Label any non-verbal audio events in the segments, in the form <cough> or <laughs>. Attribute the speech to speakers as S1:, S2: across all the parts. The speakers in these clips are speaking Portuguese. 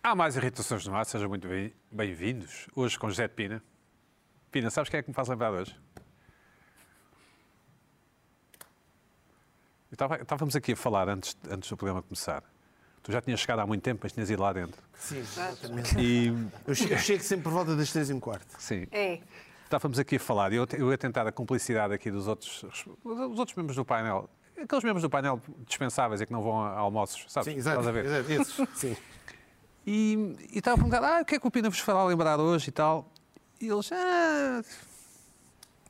S1: Há mais irritações no ar, sejam muito bem- bem-vindos. Hoje com José de Pina. Pina, sabes quem é que me faz lembrar de hoje? Eu tava- Estávamos aqui a falar antes, antes do programa começar. Tu já tinhas chegado há muito tempo, mas tinhas ido lá dentro.
S2: Sim, exatamente.
S1: E,
S2: <laughs> Eu chego, eu chego sempre por volta das três e um quarto.
S1: sim,
S3: É.
S1: Estávamos aqui a falar, e eu, eu ia tentar a cumplicidade aqui dos outros, os outros membros do painel. Aqueles membros do painel dispensáveis e que não vão a almoços, sabes?
S2: Sim, exato.
S1: Ah, Estás a ver?
S2: exato,
S1: <laughs>
S2: esses, sim.
S1: E, e estava a perguntar, ah, o que é que o Pina vos fará lembrar hoje e tal? E eles, ah...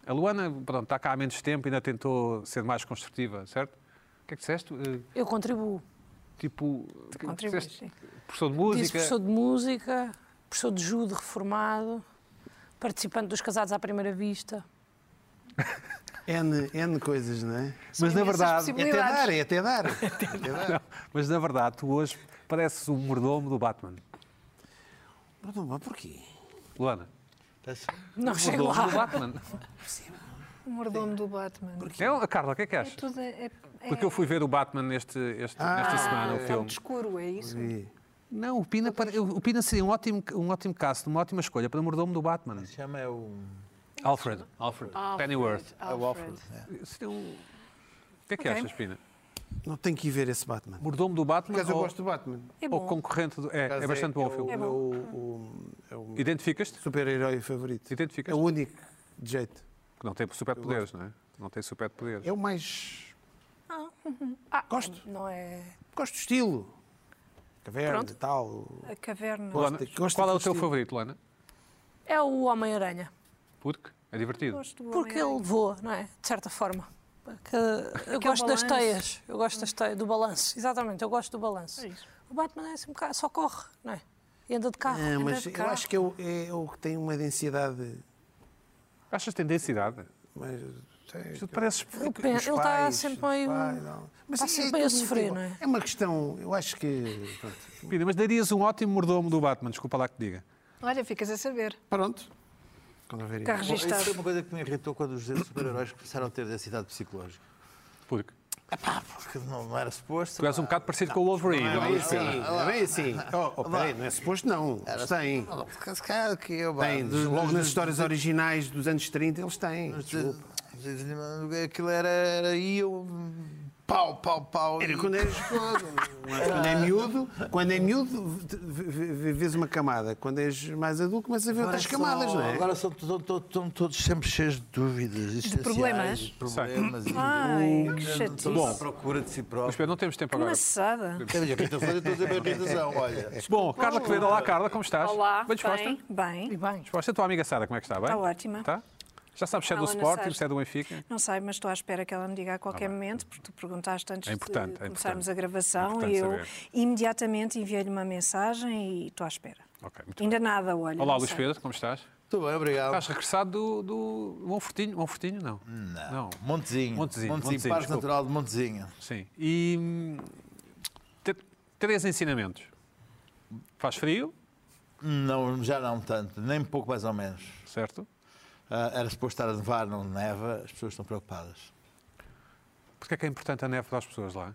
S1: A Luana, pronto, está cá há menos tempo, ainda tentou ser mais construtiva, certo? O que é que disseste? Eh,
S4: Eu contribuo.
S1: Tipo,
S4: contribuís,
S1: disseste
S4: sim.
S1: professor de
S4: Disse
S1: música,
S4: professor de música, professor de judo reformado, participante dos Casados à Primeira Vista.
S2: N, N coisas, não é?
S4: São
S1: Mas, na
S4: imensas
S1: verdade,
S2: É até dar,
S4: possibilidades.
S2: é até <laughs> dar. É até dar.
S1: mas na verdade tu hoje pareces o mordomo do Batman.
S2: Perdão, mas porquê?
S1: Luana,
S4: Não chego
S1: mordomo do
S4: lá.
S1: Batman.
S3: O mordomo do Batman.
S1: É, oh, Carla, o que é que
S3: É
S1: achas?
S3: tudo. É, é,
S1: Porque eu fui ver o Batman neste, este, esta semana, o
S3: é
S1: filme.
S3: muito escuro, é isso?
S2: E-
S1: Não, o Pina, pare- o Pina seria um ótimo, um ótimo caso, uma ótima escolha para mordomo do Batman.
S5: Chama é o.
S1: Alfred, Alfred, Pennyworth.
S5: o Alfred.
S1: Seria um... O que é que
S4: Ok.
S1: achas, Pina?
S2: Não tenho que ir ver esse Batman. Por
S1: Mordomo do Batman
S2: acaso eu
S1: ou,
S2: gosto do Batman.
S4: É
S1: ou
S4: bom.
S1: concorrente do... É,
S2: Por acaso
S1: é bastante bom o
S2: o-
S1: filme.
S2: É o, o- é o meu
S1: Identificas-te?
S2: super-herói favorito. É
S1: Identificas?
S2: o único, de jeito.
S1: Que não tem superpoderes, não é? Não tem superpoderes.
S2: É o mais...
S3: Ah,
S2: Gosto.
S3: Não é.
S2: Gosto do estilo. Caverna e tal.
S3: A caverna.
S2: Gosto
S1: Luana,
S2: de- gosto
S1: qual é o
S2: daquele
S1: teu
S2: estilo.
S1: favorito, Lana?
S4: É o Homem-Aranha.
S1: Porque é divertido.
S3: Gosto do
S4: Porque ele
S3: Homem-Aranha.
S4: levou, não é? De certa forma. Porque eu gosto das
S3: é balanço.
S4: teias. Eu gosto das teias, do balanço. Exatamente, eu gosto do balanço.
S3: É isso.
S4: O Batman é assim um bocado, só corre, não é? E anda de carro.
S2: Não, mas
S3: de
S2: eu
S3: carro.
S2: acho que é o, é o que tem uma densidade
S1: Achas que tem densidade?
S2: mais... sei,
S1: Tu pareces...
S4: Ele
S2: Os
S4: está
S2: pais,
S4: sempre
S2: os
S4: meio-
S2: pais, não. Mas
S4: está
S2: isso
S4: sempre meio a
S2: tudo muito
S4: sofrer,
S2: igual.
S4: não é?
S2: É uma questão, eu acho que. Pronto.
S1: Pina, mas darias um ótimo mordomo do Batman, desculpa lá que diga.
S3: Olha, ficas a saber.
S2: Pronto. Quando houver
S3: Carro-
S2: isso.
S5: Bom, isso
S3: Registado.
S5: foi uma coisa que me irritou quando os super-heróis começaram a ter densidade psicológica.
S1: Porque
S5: Epá, porque não, não era suposto.
S1: tu és um
S5: pá.
S1: bocado parecido com o Wolverine.
S2: Não
S1: não é?
S2: é assim, não é assim. Oh, oh, peraí, não é suposto não. Eles têm.
S5: Ah, porque se calhar que eu, pá,
S2: Têm.
S5: nos-
S2: Logo
S5: nos-
S2: nas histórias originais dos anos 30, eles têm.
S5: nos- nos- Aquilo era, era e eu. Pau, pau, pau.
S2: Era
S5: e-
S2: quando és quando- <laughs> mas quando é miúdo, quando é miúdo, v- v- v- vês uma camada. Quando és mais adulto, começas a ver
S5: Agora
S2: outras camadas,
S5: são-
S2: não é?
S5: Agora são to- to- estão todos sempre cheios de dúvidas, existenciais,
S3: problemas?
S5: e problemas e
S3: Ai, que
S5: Estão
S3: chatice.
S5: à procura de si
S1: Mas
S5: próprios.
S1: espera, não temos tempo
S3: Que
S1: agora.
S3: maçada.
S5: Quer dizer, irritação, eu estou a dizer bem irritação, olha.
S1: Bom, Carla Quevedo, olá Carla, como estás?
S3: Olá,
S1: Bem disposta?
S3: bem,
S4: E
S3: bem.
S4: bem.
S1: Disposta? A tua amiga Sara, como é que está? Bem?
S3: Está ótima.
S1: Está? Já sabes se é do
S3: Ela não
S1: Sporting,
S3: sabe.
S1: se é do Benfica?
S3: Não sei, mas estou à espera que ela me diga a qualquer momento, porque tu perguntaste antes
S1: Ah, É importante,
S3: de
S1: é
S3: começarmos
S1: importante.
S3: a gravação
S1: É
S3: e
S1: importante
S3: eu
S1: saber.
S3: imediatamente enviei-lhe uma mensagem e estou à espera.
S1: Ok, muito bem.
S3: Ainda nada, olha.
S1: Olá
S3: não
S1: Luís
S3: sei.
S1: Pedro, como estás?
S5: Muito bem, obrigado.
S1: Estás regressado do, do Monfortinho? Monfortinho, não? Não.
S5: Montezinho.
S1: Montezinho, Montezinho,
S5: Parque
S1: desculpa.
S5: Natural de Montezinho.
S1: Sim. E hum, te- três ensinamentos. Faz frio,
S5: Não, já não tanto, nem pouco mais ou menos.
S1: certo?
S5: Ah, era suposto estar a nevar, não neva, as pessoas estão preocupadas.
S1: Porque é que é importante a neve para as pessoas lá?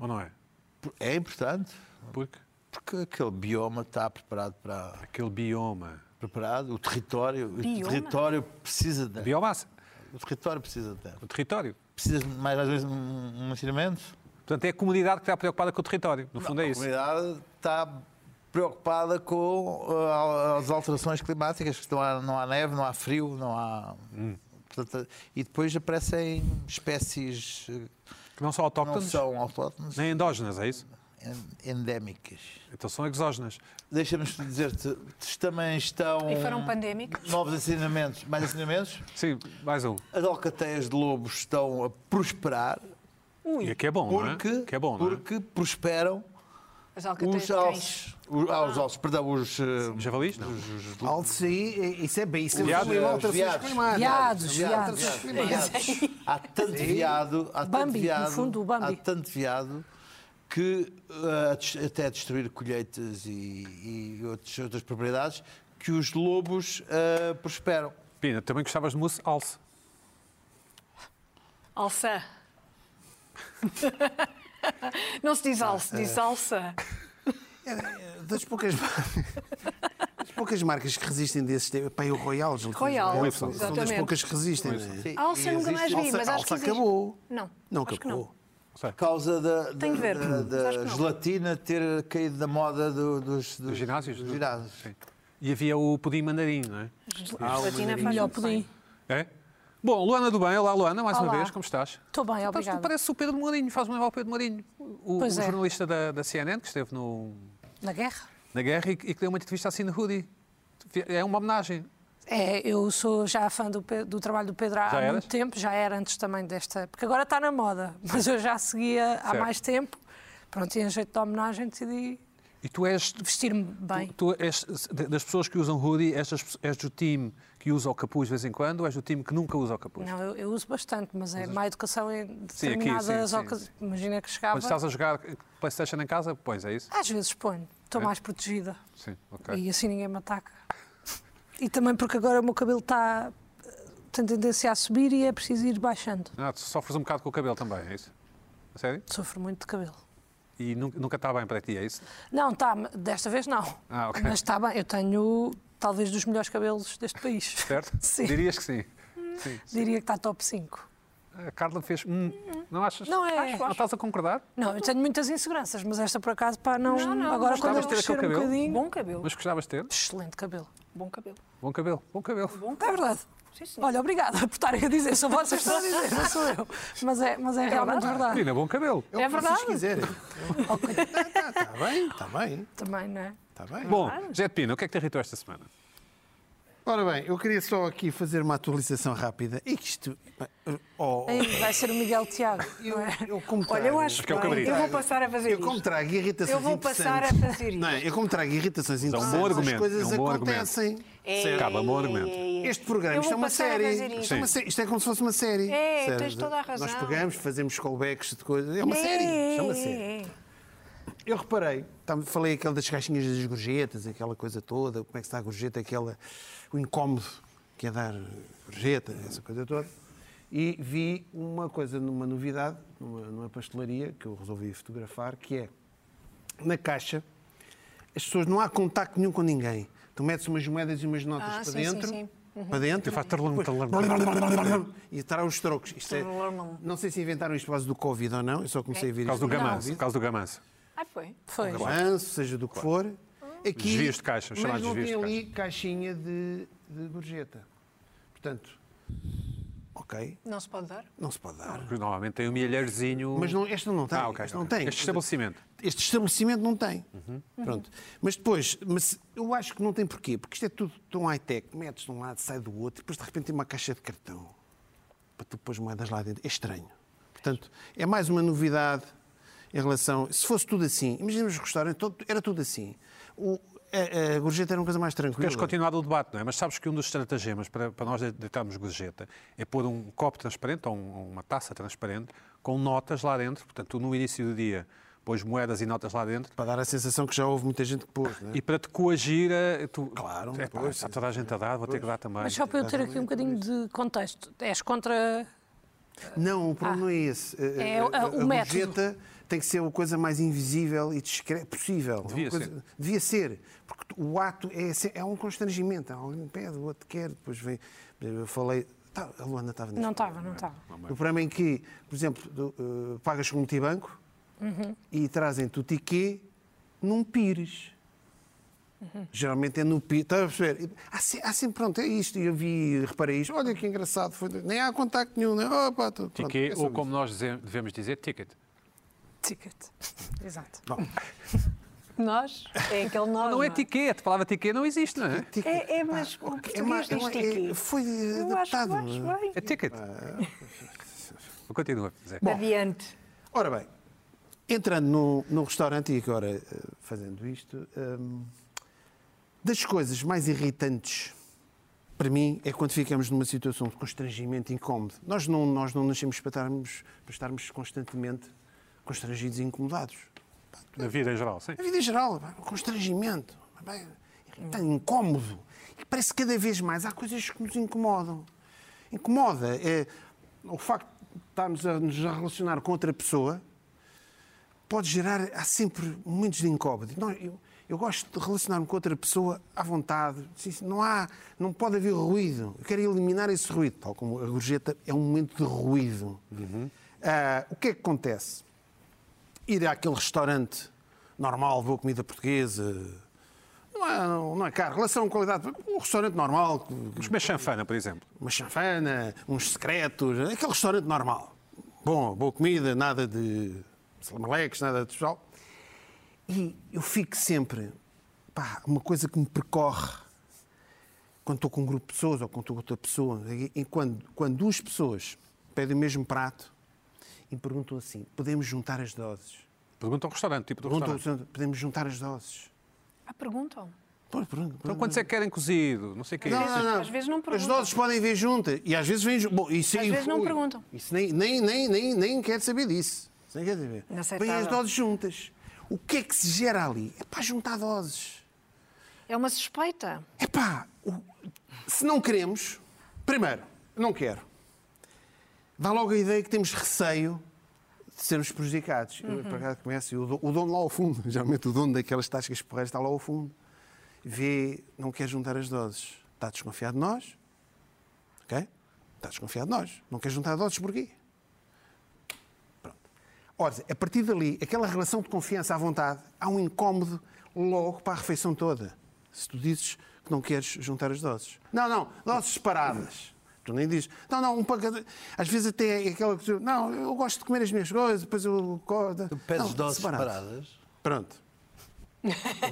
S1: Ou não é?
S5: Por- É importante,
S1: Porque
S5: porque aquele bioma está preparado para
S1: aquele bioma,
S5: preparado, o território,
S3: Bioma?
S5: o território precisa de
S1: biomassa,
S5: O território precisa de terra.
S1: o território.
S5: Precisas de mais às vezes um, um ensinamento?
S1: Portanto, é a comunidade que está preocupada com o território. No fundo é
S5: a
S1: isso.
S5: comunidade está preocupada com ah, as alterações climáticas, que não há, não há neve, não há frio, não há.
S1: Hum.
S5: Portanto, e depois aparecem espécies eh,
S1: Que não são
S5: que não
S1: autóctones,
S5: são autóctones,
S1: nem endógenas, é isso?
S5: en- endémicas.
S1: Então são exógenas.
S5: Deixa-me dizer-te, também estão
S3: E foram pandémicos?
S5: novos ensinamentos, mais ensinamentos.
S1: Sim, mais um.
S5: As alcateias de lobos estão a prosperar
S1: E aqui é bom, não
S5: porque,
S1: é? Que é bom, não é?
S5: porque prosperam
S3: As alcateias
S5: os
S3: de cães.
S5: alces. Os, ah, os alces, perdão, os. eh,
S1: Javalis, não?
S2: Alce aí, é- isso é bem, isso é
S1: Viados,
S2: bem alterações
S5: viados.
S2: climáticas.
S4: Viados,
S2: Alterações
S4: viados.
S2: climáticas.
S5: Há tanto viado, há tanto
S4: Bambi, no
S5: viado,
S4: fundo, o Bambi.
S5: há tanto viado que eh, des- até destruir colheitas e, e outros- outras propriedades que os lobos eh, prosperam.
S1: Pina, também gostavas de mousse alce.
S3: Alça. <laughs> Não se diz alça, diz alça.
S2: É, Das poucas, <laughs> das poucas marcas que resistem desse tempo. Pai, o Royal, Gil,
S3: Royal,
S2: são- são das
S3: exatamente.
S2: poucas que resistem. não é?
S5: Sim,
S3: Alça
S5: e
S3: nunca mais
S5: existe-
S3: vi, mas acho que
S2: Alça
S3: existe.
S2: acabou.
S3: Não,
S2: Não
S3: acho que
S2: acabou.
S3: não.
S5: Por causa da, da,
S3: Tenho que ver,
S5: da-
S3: mas
S5: da
S3: acho que não.
S5: gelatina ter caído da moda do- dos,
S1: Dos ginásios?
S5: dos
S1: do-
S5: ginásios.
S1: Sim. E havia o pudim mandarim, não é?
S3: Gelatina faz
S6: Melhor
S3: muito bem.
S6: pudim.
S1: É? Bom, Luana do Bem, olá Luana, mais uma
S6: Olá.
S1: vez, como estás?
S6: Estou bem,
S1: Mas tu
S6: obrigada.
S1: pareces o Pedro Mourinho, faz-me lembrar o Pedro Mourinho, o, o
S6: Pois é.
S1: jornalista da, da CNN que esteve no,
S6: Na guerra?
S1: na guerra e, que- e que deu uma entrevista assim de Hoodie. É uma homenagem.
S6: É, eu sou já fã do, Pe- do trabalho do Pedro há
S1: Já eras?
S6: muito tempo, já era antes também desta, porque agora está na moda, <laughs> mas eu já seguia há
S1: Certo.
S6: mais tempo. Pronto, e em jeito de homenagem decidi
S1: E tu és, tu,
S6: vestir-me bem.
S1: tu és de- das pessoas que usam hoodie, és, das- és do time que usa o capuz de vez em quando ou és do time que nunca usa o capuz?
S6: Não, eu, eu uso bastante, mas é má educação
S1: Sim,
S6: em
S1: aqui, sim,
S6: determinadas
S1: sim,
S6: ocasiões.
S1: sim.
S6: Imagina que chegava.
S1: Quando estás a jogar Playstation em casa, pois é isso?
S6: Às vezes ponho, estou
S1: É?
S6: mais protegida
S1: Sim, ok.
S6: e assim ninguém me ataca. E também porque agora o meu cabelo está. tem tendência a subir e é preciso ir baixando.
S1: Ah, tu sofres um bocado com o cabelo também, é isso? A sério?
S6: Sofro muito de cabelo.
S1: E nu- nunca está bem para ti, é isso?
S6: Não, está, desta vez não.
S1: Ah, ok.
S6: Mas está bem, eu tenho talvez dos melhores cabelos deste país.
S1: Certo?
S6: <laughs> Sim.
S1: Dirias que sim. sim.
S6: Diria que está top 5.
S1: A Carla fez. Hum, não achas?
S6: Não é.
S1: Acho, não estás a concordar?
S6: Não, eu tenho muitas inseguranças, mas esta por acaso, pá, não.
S3: Não, não,
S6: agora
S3: mas
S6: quando
S3: gostavas
S6: eu
S1: de ter
S6: crescer
S1: aquele
S6: um
S1: cabelo?
S6: bocadinho.
S3: Bom cabelo,
S1: Mas gostavas de ter?
S6: Excelente cabelo.
S3: bom cabelo.
S1: Bom cabelo, bom cabelo.
S3: Bom
S6: É
S3: cabelo.
S6: verdade.
S3: Sim, sim.
S6: Olha, obrigada por estarem a dizer, são vocês que estão a dizer, não sou eu. Mas é, mas é, realmente verdade.
S1: Menina, bom cabelo.
S2: o
S6: É
S2: que vocês
S3: <laughs>
S6: verdade.
S2: quiserem. Está bem, está bem,
S6: Também, não é?
S2: está bem.
S1: Bom, Zé de Pina, o que é que te irritou esta semana?
S2: Ora bem, eu queria só aqui fazer uma atualização rápida. É que isto. Oh,
S6: Aí vai ser o Miguel Tiago,
S2: eu,
S6: não é?
S2: eu como
S3: Olha, eu
S2: trago-
S3: acho
S1: que é o
S3: bem.
S1: cabrito.
S3: Eu vou passar a fazer
S2: Eu como
S3: isto.
S2: trago irritações
S3: Eu vou passar a
S2: interessantes-
S3: fazer isto.
S2: Não, é? eu como trago irritações
S1: é um bom
S2: interessantes,
S1: argumento,
S2: as coisas
S1: é um bom
S2: acontecem.
S3: É.
S2: certo?
S1: Acaba, bom argumento.
S2: Este
S3: Eu
S2: programa, isto
S3: vou
S2: é uma
S3: passar a
S2: série.
S3: fazer isto.
S2: Isto é, uma série. Isto é como se fosse uma série.
S3: É,
S2: Certo?
S3: tens toda a razão.
S2: Nós pegamos, fazemos callbacks de coisas. É uma série. Isto é uma série. Eu reparei, tam- falei aquele das caixinhas das gorjetas, aquela coisa toda, como é que está a gorjeta, aquela, o incómodo que é dar gorjeta, essa coisa toda. E vi uma coisa, numa novidade, numa, numa pastelaria, que eu resolvi fotografar, que é, na caixa, as pessoas não há contacto nenhum com ninguém. Tu metes umas moedas e umas notas
S3: Ah,
S2: para
S3: sim, sim,
S2: dentro,
S3: sim. Uhum.
S2: para dentro,
S1: E faz tarlum, tarlum.
S2: e estará os trocos. Isto é- não sei se inventaram isto por causa do Covid ou não, eu só
S3: É.
S2: comecei a ver
S1: Por causa
S2: isto.
S1: do
S2: por causa
S1: gamanço. Por
S2: Covid
S1: causa do gamanço.
S3: Ah, foi.
S6: Foi.
S2: balanço, seja do que for. Aqui,
S1: Hum. Desvios de caixa, os
S2: mas
S1: chamados
S2: não tem
S1: desvios de
S2: ali caixinha de, de gorjeta. Portanto, ok,
S3: Não se pode dar?
S2: não se pode dar.
S1: Porque normalmente tem um milharzinho.
S2: Mas não, esta não tem.
S1: Ah, ok.
S2: esta não
S1: ok.
S2: tem.
S1: Este estabelecimento.
S2: Este estabelecimento não tem. Pronto. Mas depois, mas eu acho que não tem porquê, porque isto é tudo tão high-tech, metes de um lado, sai do outro, e depois de repente tem uma caixa de cartão para tu pôs moedas lá dentro. É estranho. Portanto, é mais uma novidade em relação. Se fosse tudo assim, imaginemos os restaurantes, todo- era tudo assim. O, a, a gorjeta era uma coisa mais tranquila.
S1: Queres continuar o debate, não é? Mas sabes que um dos estratagemas para, para nós de- deitarmos gorjeta é pôr um copo transparente ou um- uma taça transparente com notas lá dentro. Portanto, tu no início do dia pôs moedas e notas lá dentro
S2: Para dar a sensação que já houve muita gente que pôs, não é?
S1: e para te coagir a. Tu...
S2: Claro,
S1: é, pá,
S2: pois,
S1: está toda a gente a dar, vou ter que dar também.
S6: Mas só para eu ter aqui um bocadinho de contexto, és contra.
S2: Não, o problema não é esse. A-
S6: É o-
S2: a,
S6: o método.
S2: gorjeta tem que ser a coisa mais invisível e discreta possível. É Uma
S1: Devia
S2: coisa-
S1: ser.
S2: Devia ser. Porque tu- o ato é, se- é um constrangimento. Alguém pede, o outro quer, depois vem. Eu falei. tá, a Luana estava nesse
S6: Não estava,
S2: programa,
S6: não estava.
S2: No programa em que, por exemplo, do- eh, pagas com um multibanco
S3: Uhum.
S2: e trazem-te o tiquê num pires.
S3: Uhum.
S2: Geralmente é no pires. Estás a perceber? Há, se- há sempre, pronto, é isto. E eu vi, reparei isto. Olha que engraçado. Foi, nem há contacto nenhum. Né? Opa, tu- pronto,
S1: Ticket,
S2: é só
S1: ou
S2: isso.
S1: como nós dizem- devemos dizer, ticket.
S6: Ticket. Exato.
S3: Nós? É aquele nós.
S1: Não é ticket, a palavra ticket não existe, não é?
S3: É, é, mas o
S2: É uma-
S3: português
S2: é uma-
S3: diz tiqui.
S2: é- foi
S3: Eu acho,
S2: adaptado.
S3: acho bem.
S1: É ticket. Continua. Zé.
S3: Adiante.
S2: Ora bem, entrando no, no restaurante e agora eh, fazendo isto, hum, das coisas mais irritantes para mim é quando ficamos numa situação de constrangimento incómodo. Nós não, nós não nascemos para estarmos, para estarmos constantemente constrangidos e incomodados.
S1: Na vida em geral, sim.
S2: Na vida em geral, pá, constrangimento, pá, irritante, incómodo. E parece que cada vez mais há coisas que nos incomodam. Incomoda é o facto de estarmos a nos relacionar com outra pessoa pode gerar. Há sempre momentos de incómodo. Não, eu, eu gosto de relacionar-me com outra pessoa à vontade. Sim, sim, Não há, não pode haver ruído. Eu quero eliminar esse ruído, tal como a gorjeta é um momento de ruído. Ah, o que é que acontece? Ir àquele restaurante normal, boa comida portuguesa, não é, não é caro. Relação qualidade, um restaurante normal,
S1: Vamos comer chanfana, por exemplo.
S2: uma chanfana, uns secretos, é aquele restaurante normal. Bom, boa comida, nada de salamaleques, nada de pessoal. E eu fico sempre, pá, uma coisa que me percorre quando estou com um grupo de pessoas ou quando estou com outra pessoa, e e quando, quando duas pessoas pedem o mesmo prato e me perguntam assim, podemos juntar as doses?
S1: Pergunta ao restaurante, tipo do
S2: Perguntam ao
S1: restaurante.
S2: senhor, podemos juntar as doses?
S3: Ah, perguntam.
S2: Pois, pergunta,
S1: Então quantos é que querem cozido? Não sei o quê.
S2: Não, não, não.
S3: às vezes não
S2: As
S3: perguntam.
S2: doses podem vir juntas. E às vezes vêm juntas. Às
S3: vezes não perguntam.
S2: Isso nem, nem, nem, nem, nem quero saber disso. Isso nem quero saber. Vêm
S3: Inaceitável.
S2: as doses juntas. O que é que se gera ali? É para juntar doses.
S3: É uma suspeita.
S2: É pá, se não queremos, primeiro, não quero. Dá logo a ideia que temos receio de sermos prejudicados. Eu,
S3: Uhum.
S2: por acaso, começo, e o, do- o dono lá ao fundo, <laughs> geralmente o dono daquelas tascas porreiras está lá ao fundo, vê, não quer juntar as doses. Está desconfiado de nós, ok? Está desconfiado de nós. Não quer juntar doses, porquê? Ora, a partir dali, aquela relação de confiança à vontade, há um incómodo logo para a refeição toda. Se tu dizes que não queres juntar as doses. Não, não, doses separadas. Tu nem dizes, não, não, um para cada. Às vezes até é aquela que. Não, eu gosto de comer as minhas coisas, depois eu.
S5: Tu pedes
S2: não,
S5: doses
S2: separado.
S5: separadas.
S2: Pronto.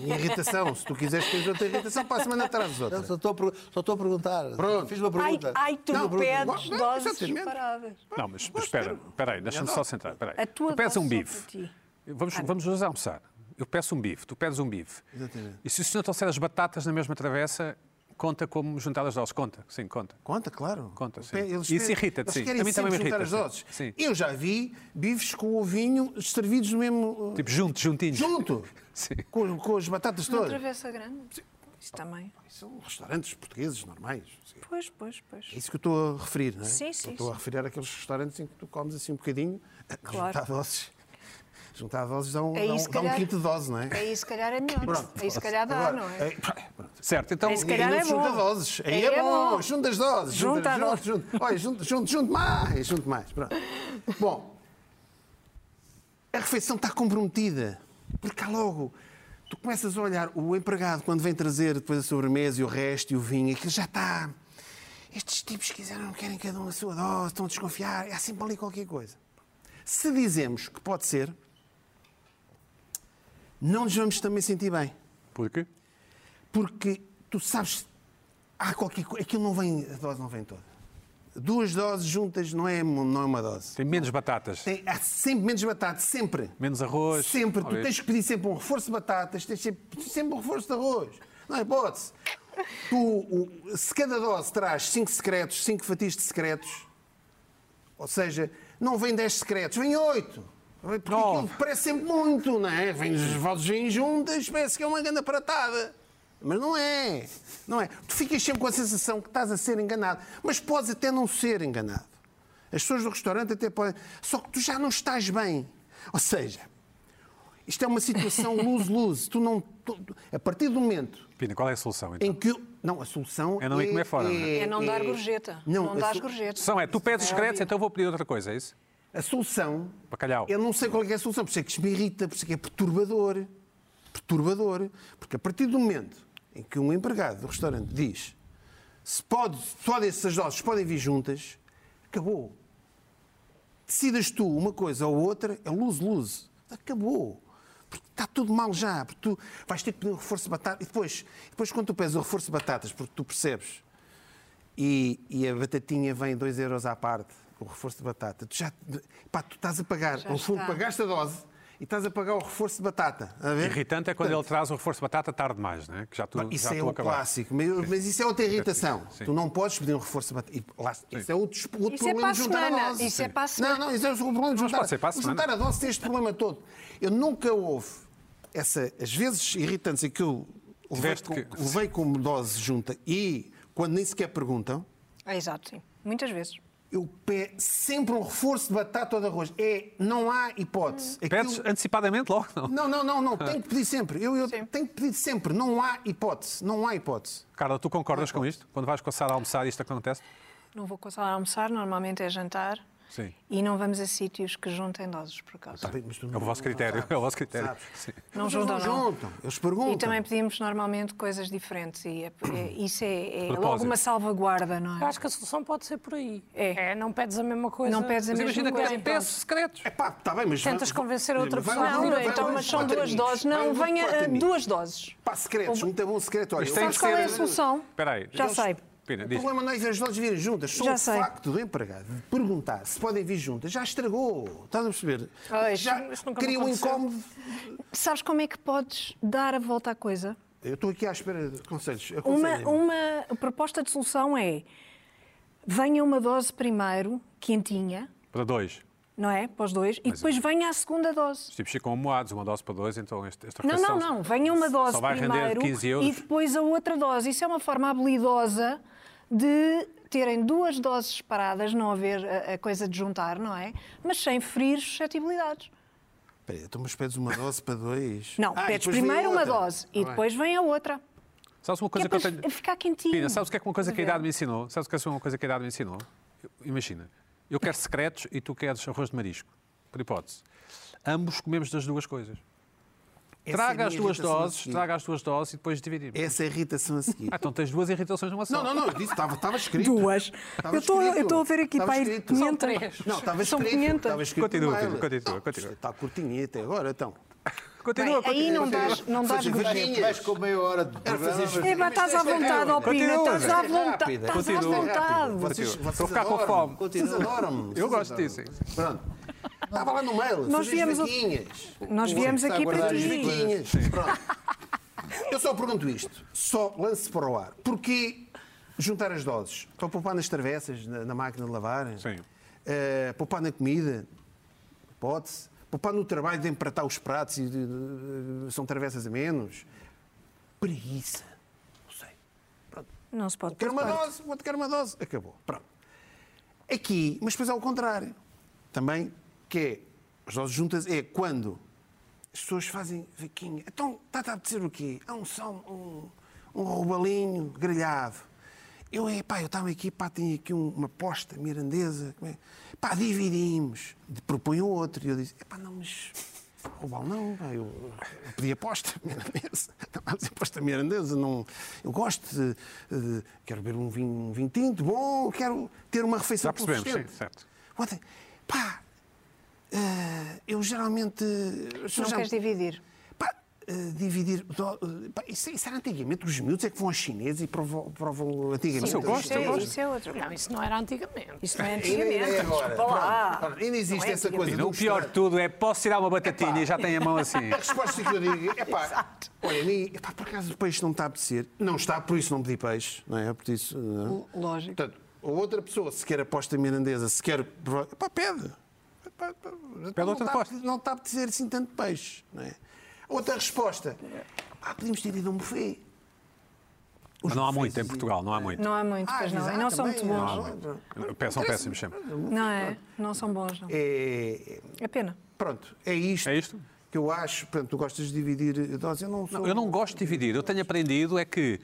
S2: Minha irritação, se tu quiseres teres outra irritação, para a semana trazes outra.
S5: Não, só, estou a, pergu- só estou a perguntar.
S2: Pronto.
S5: Fiz uma
S6: Ai,
S5: pergunta.
S6: ai, tu
S2: Não,
S6: pedes
S2: não,
S6: doses
S2: exatamente.
S6: separadas.
S1: Não, mas, mas espera,
S2: um
S1: espera aí, deixa-me só centrar. Espera aí.
S6: A tua
S1: tu pedes
S6: dose
S1: um
S6: só
S1: bife.
S6: para ti.
S1: Vamos, vamos nos almoçar. Eu peço um bife, tu pedes um bife.
S2: Exatamente.
S1: E se o senhor trouxer as batatas na mesma travessa, conta como juntar as doses? Conta, sim, conta.
S2: Conta, claro.
S1: Conta, sim.
S2: Pe- eles
S1: Isso
S2: pe-
S1: irrita-te,
S2: eles
S1: sim.
S2: querem
S1: A mim também me
S2: sempre juntar
S1: irrita,
S2: as
S1: sim. Sim.
S2: doses. Eu já vi bifes com ovinho servidos no mesmo. uh,
S1: Tipo, junto, juntinho.
S2: junto!
S1: <laughs> Sim.
S2: Com, com as batatas
S3: Uma
S2: todas.
S3: travessa grande. Isso também.
S2: São restaurantes portugueses normais.
S3: Pois, pois, pois.
S2: É isso que eu estou a referir, não é?
S3: Sim, sim,
S2: Eu Estou a
S3: sim.
S2: referir àqueles restaurantes em que tu comes assim um bocadinho,
S3: Claro.
S2: juntar doses. Juntar doses dá um,
S3: É
S2: dá um-
S3: isso,
S2: dá um
S3: calhar.
S2: quinto de dose, não é?
S3: Aí se calhar é melhor. Aí se calhar dá,
S2: Agora,
S3: não é?
S2: pronto.
S1: Certo, então.
S3: É, se calhar
S2: Não
S3: é
S2: se junta
S3: bom.
S2: doses. Aí
S3: Aí
S2: é,
S3: é
S2: bom.
S3: bom.
S2: Junta as doses.
S3: Junta a
S2: junta,
S3: dose.
S2: junta. Olha, junta, junta, junta mais. Junta mais. Pronto. Bom, a refeição está comprometida. Porque há logo. Tu começas a olhar o empregado quando vem trazer depois a sobremesa e o resto e o vinho, aquilo já está. Estes tipos quiseram, querem cada um a sua dose, estão a desconfiar. Há sempre ali qualquer coisa. Se dizemos que pode ser, não nos vamos também sentir bem
S1: Porque?
S2: porque tu sabes, há qualquer coisa, aquilo não vem, a dose não vem toda. Duas doses juntas não é, não é uma dose.
S1: Tem menos batatas,
S2: Tem, há sempre menos batata, sempre.
S1: menos arroz.
S2: Sempre, tu
S1: talvez.
S2: tens que pedir sempre um reforço de batatas, tens sempre, sempre um reforço de arroz. Não é hipótese. Tu, o- se cada dose traz 5 secretos, 5 fatias de secretos, ou seja, não vem 10 secretos, vem 8. Porque aquilo
S1: Nove.
S2: parece sempre muito, não é? Vem os vozes vêm juntas, parece que é uma grande aparatada. Mas não é. Não é. Tu ficas sempre com a sensação que estás a ser enganado. Mas podes até não ser enganado. As pessoas do restaurante até podem. Só que tu já não estás bem. Ou seja, isto é uma
S3: <laughs>
S2: situação lose-lose. Tu não. tu- tu- a partir do momento
S1: Pina, qual é a solução? Então?
S2: em que. eu- Não, a solução.
S1: É não ir comer fora, não é?
S3: É não dar gorjeta.
S2: Não,
S3: Não,
S2: eu
S3: dás
S2: sou-
S3: gorjeta.
S1: São é, tu pedes
S3: É
S1: secretos,
S3: óbvio.
S1: então eu vou pedir outra coisa, é isso?
S2: A solução.
S1: Bacalhau.
S2: Eu não sei qual é, que é a solução, por isso é que isto me irrita, por isso é que é perturbador. Perturbador. Porque a partir do momento em que um empregado do restaurante diz se pode, pode essas doses podem vir juntas, acabou. Decidas tu uma coisa ou outra, é lose-lose. Acabou. Porque está tudo mal já. Porque tu vais ter que pedir um reforço de batata. E depois, depois quando tu pedes o reforço de batatas, porque tu percebes e, e a batatinha vem 2 euros à parte, o reforço de batata. Tu já, pá, tu estás a pagar,
S3: Já
S2: no fundo,
S3: está.
S2: pagaste a dose e estás a pagar o reforço de batata. Estás A ver?
S1: Irritante é quando ele traz o reforço de batata tarde demais, né? que já tu,
S2: Isso
S1: já
S2: é
S1: tu
S2: o
S1: acabaste.
S2: clássico, mas, mas isso é outra irritação.
S1: Sim.
S2: Tu não podes pedir um reforço de batata. E lá- Isso é outro, outro
S3: Isso é
S2: problema
S3: para a
S2: de juntar a
S3: semana,
S2: dose.
S3: isso é
S2: Sim.
S3: para a semana.
S2: Não, não, isso é o problema de juntar,
S1: pode ser para a
S2: o juntar a
S1: semana.
S2: dose tem este problema todo. Eu nunca houve essa, as vezes irritantes em que eu levei,
S1: Tiveste
S2: com-
S1: que-
S2: levei como dose junta e quando nem sequer perguntam,
S3: É, exato, sim. Muitas vezes.
S2: eu pé sempre um reforço de batata ou de arroz. É, não há hipótese. Aquilo-
S1: Hum. Pedes Ah. antecipadamente logo, não?
S2: Não, não, não, não. Tenho que pedir sempre. Eu, eu tenho que pedir sempre. Não há hipótese. Não há hipótese.
S1: Carla, tu concordas com isto? Quando vais com a Sara a almoçar, isto acontece?
S3: Não vou com a sala a almoçar, normalmente é jantar.
S1: Sim.
S3: E não vamos a sítios que juntem doses, por acaso.
S2: Mas tu
S1: É o vosso critério, é o vosso critério. Sim.
S3: Não
S2: Mas eles
S3: juntam,
S2: não
S3: não.
S2: juntam. Eles perguntam.
S3: E também pedimos normalmente coisas diferentes. E é- é- isso é, é
S1: Propósito.
S3: logo uma salvaguarda, não
S4: Eu
S3: é?
S4: acho que a solução pode ser por aí.
S3: É.
S4: não pedes a mesma coisa.
S3: Não pedes a
S1: Mas
S3: mesma
S1: imagina que
S3: coisa. então.
S1: é peço secretos.
S2: É pá, está bem, mas...
S4: Tentas convencer a outra
S2: Vai
S4: pessoa.
S2: um
S3: Não,
S2: grupo, vai
S3: então,
S2: um
S3: mas
S2: grupo,
S3: são
S2: quatro
S3: duas
S2: amigos.
S3: doses.
S2: Vai um
S3: Não,
S2: grupo,
S3: venha
S2: quatro
S3: ah,
S2: amigos.
S3: duas doses.
S2: Pá, secretos. Muito bom secreto. Olha,
S1: Mas
S2: eu
S1: tem
S3: Sabes
S2: faço
S1: que
S3: qual
S1: ser-
S3: é a solução?
S1: Espera aí.
S3: Já sei.
S1: Pina,
S2: O
S1: diz.
S2: problema não é as doses virem juntas, só
S3: Já
S2: o
S3: sei.
S2: facto do empregado perguntar se podem vir juntas já estragou. Estás a perceber?
S3: Ah, isto-
S2: já
S3: isto nunca me
S2: cria um
S3: aconteceu.
S2: incómodo.
S3: Sabes como é que podes dar a volta à coisa?
S2: Eu estou aqui à espera de conselhos.
S3: Uma, um-
S2: Aconselhem-me.
S3: uma proposta de solução é venha uma dose primeiro, quentinha,
S1: Para dois.
S3: não é? Para os dois, e depois venha a segunda dose.
S1: Os tipos ficam amoados, uma dose para dois, então este- esta
S3: Não, não,
S1: refeição
S3: não. Venha uma dose
S1: Só vai render
S3: primeiro
S1: 15
S3: e
S1: euros.
S3: depois a outra dose. Isso é uma forma habilidosa de terem duas doses separadas, não haver a, a coisa de juntar, não é? Mas sem ferir suscetibilidades.
S2: Espera aí, então, mas pedes uma dose para dois?
S3: Não,
S2: Ah, e
S3: pedes
S2: depois vem
S3: primeiro uma
S2: outra.
S3: dose e
S2: Ah, bem.
S3: depois vem a outra.
S1: Sabes uma coisa
S3: que é
S1: que
S3: para
S1: eu tenho.
S3: ficar quentinho.
S1: Pina, sabes o que é que uma coisa que a
S3: Estás a
S1: idade me ensinou? Sabes o que é uma coisa que a idade me ensinou? Eu- Imagina, eu quero secretos e tu queres arroz de marisco, por hipótese. Ambos comemos das duas coisas.
S2: Essa é
S1: Traga
S2: a
S1: as
S2: minha
S1: duas
S2: irritação a
S1: doses,
S2: seguir.
S1: traga as duas doses e depois dividimos.
S2: Essa é a irritação a seguir.
S1: Ah, então tens duas irritações numa só.
S2: Não, não, não, eu disse, estava, estava escrito.
S4: Duas.
S2: Estava
S4: Eu tô-
S2: escrito.
S4: eu tô a ver aqui,
S2: Estava
S4: pá, aí
S2: escrito.
S4: 500.
S2: São três. Não, estava
S4: São
S2: escrito.
S4: 500.
S2: Estava escrito
S1: Continua,
S2: no mail.
S1: Pedro, continua,
S2: Não,
S1: continua.
S2: Está curtinho até agora, então.
S1: Continua,
S3: Bem, aí
S1: continua.
S3: não dás, não dás
S2: Fazer
S3: gostinho.
S2: vergonhinhas.
S5: Vais com meia hora de programa.
S2: fazer
S5: mas-
S4: É, mas estás à vontade, ó Pina,
S1: Continua,
S4: estás à
S2: Esta é
S4: vontade.
S2: rápida.
S4: Estás à
S1: Continua.
S4: vontade.
S2: Vocês,
S1: Continua.
S2: vocês
S1: Vou ficar com
S2: adoram-me.
S1: fome.
S2: Vocês adoram-me.
S1: Eu
S2: Vocês
S1: gosto
S2: adoram-me.
S1: disso.
S2: Pronto. Estava lá no mail.
S4: Nós
S2: Nós
S4: viemos
S2: viemos
S4: o- Nós viemos
S5: está
S4: aqui
S5: a
S4: para
S5: guardar
S4: ti.
S5: as
S2: Vaquinhas. Pronto. Eu só pergunto isto. Só lance para o ar. Porquê juntar as doses? Para poupar nas travessas, na, na máquina de lavar?
S1: Sim.
S2: Eh, poupar na comida? Pode-se. Poupar no trabalho de empratar os pratos e de- de- de- são travessas a menos? Preguiça. Não sei.
S3: Não se pode
S2: Quero uma
S3: preocupar.
S2: dose, o outro quer uma dose. Acabou. Pronto. Aqui, mas depois é o contrário. Também, que é, as doses juntas é quando as pessoas fazem vaquinha. Então, está a dizer o quê? Há um sal, um, um robalinho grelhado. Eu, é, pá, eu estava aqui, pá, tenho aqui um- uma posta mirandesa. Como é? Pá, dividimos. De- Propõe o outro. E eu disse, é pá, não, mas... Roubal não, pá, eu eu pedi aposta <laughs> mirandesa. Não, mas aposta mirandesa, não... Eu gosto de... de- quero beber um vinho, um vinho tinto bom, quero ter uma refeição
S1: Já percebemos,
S2: consistente.
S1: sim, certo.
S2: Ontem, pá, eh, eu geralmente... eh,
S3: Não queres dividir.
S2: Pá, eh, dividir. dó- eh, pá, isso, isso era antigamente. Os miúdos é que vão aos chineses e provam, provam antigamente.
S1: Mas eu gosto,
S3: Isso
S1: eu
S3: é,
S1: gosto.
S3: isso é outro.
S4: Não, isso não era antigamente.
S3: Isso não é
S2: Ainda-
S3: antigamente.
S2: ainda é agora.
S3: Desculpa lá.
S2: Pronto, Ainda existe
S3: Não é
S2: essa
S3: antigamente.
S2: coisa.
S1: Pina,
S2: de
S1: o pior
S2: mostrar.
S1: de tudo é posso tirar uma batatinha
S2: Epá.
S1: e já tem a mão assim.
S2: A resposta que eu digo é
S1: <laughs>
S2: pá, olha, nem- é pá, por acaso o peixe não está a apetecer. Não está, por isso não pedi peixe, não é? Por isso. não.
S3: Lógico.
S2: Portanto, ou outra pessoa, se quer aposta mirandesa, se quer. prova- Pá, pede. Pá, pá, não
S1: outra
S2: está-
S1: aposta.
S2: Não está a apetecer assim tanto peixe, não é? Outra resposta. Ah, podíamos ter ido a um buffet.
S1: Mas não há muito em Portugal, não há muito.
S3: Não há muito, Ah,
S2: Ah,
S3: pois não. E não são muito
S2: é?
S3: bons.
S1: Pé- São péssimos sempre.
S3: Não é? Não são bons, não.
S2: É,
S3: É pena.
S2: pronto, é isto,
S1: É isto?
S2: que eu acho. Portanto, tu gostas de dividir doses. Eu não sou.
S1: Eu não gosto de dividir. Eu tenho aprendido é que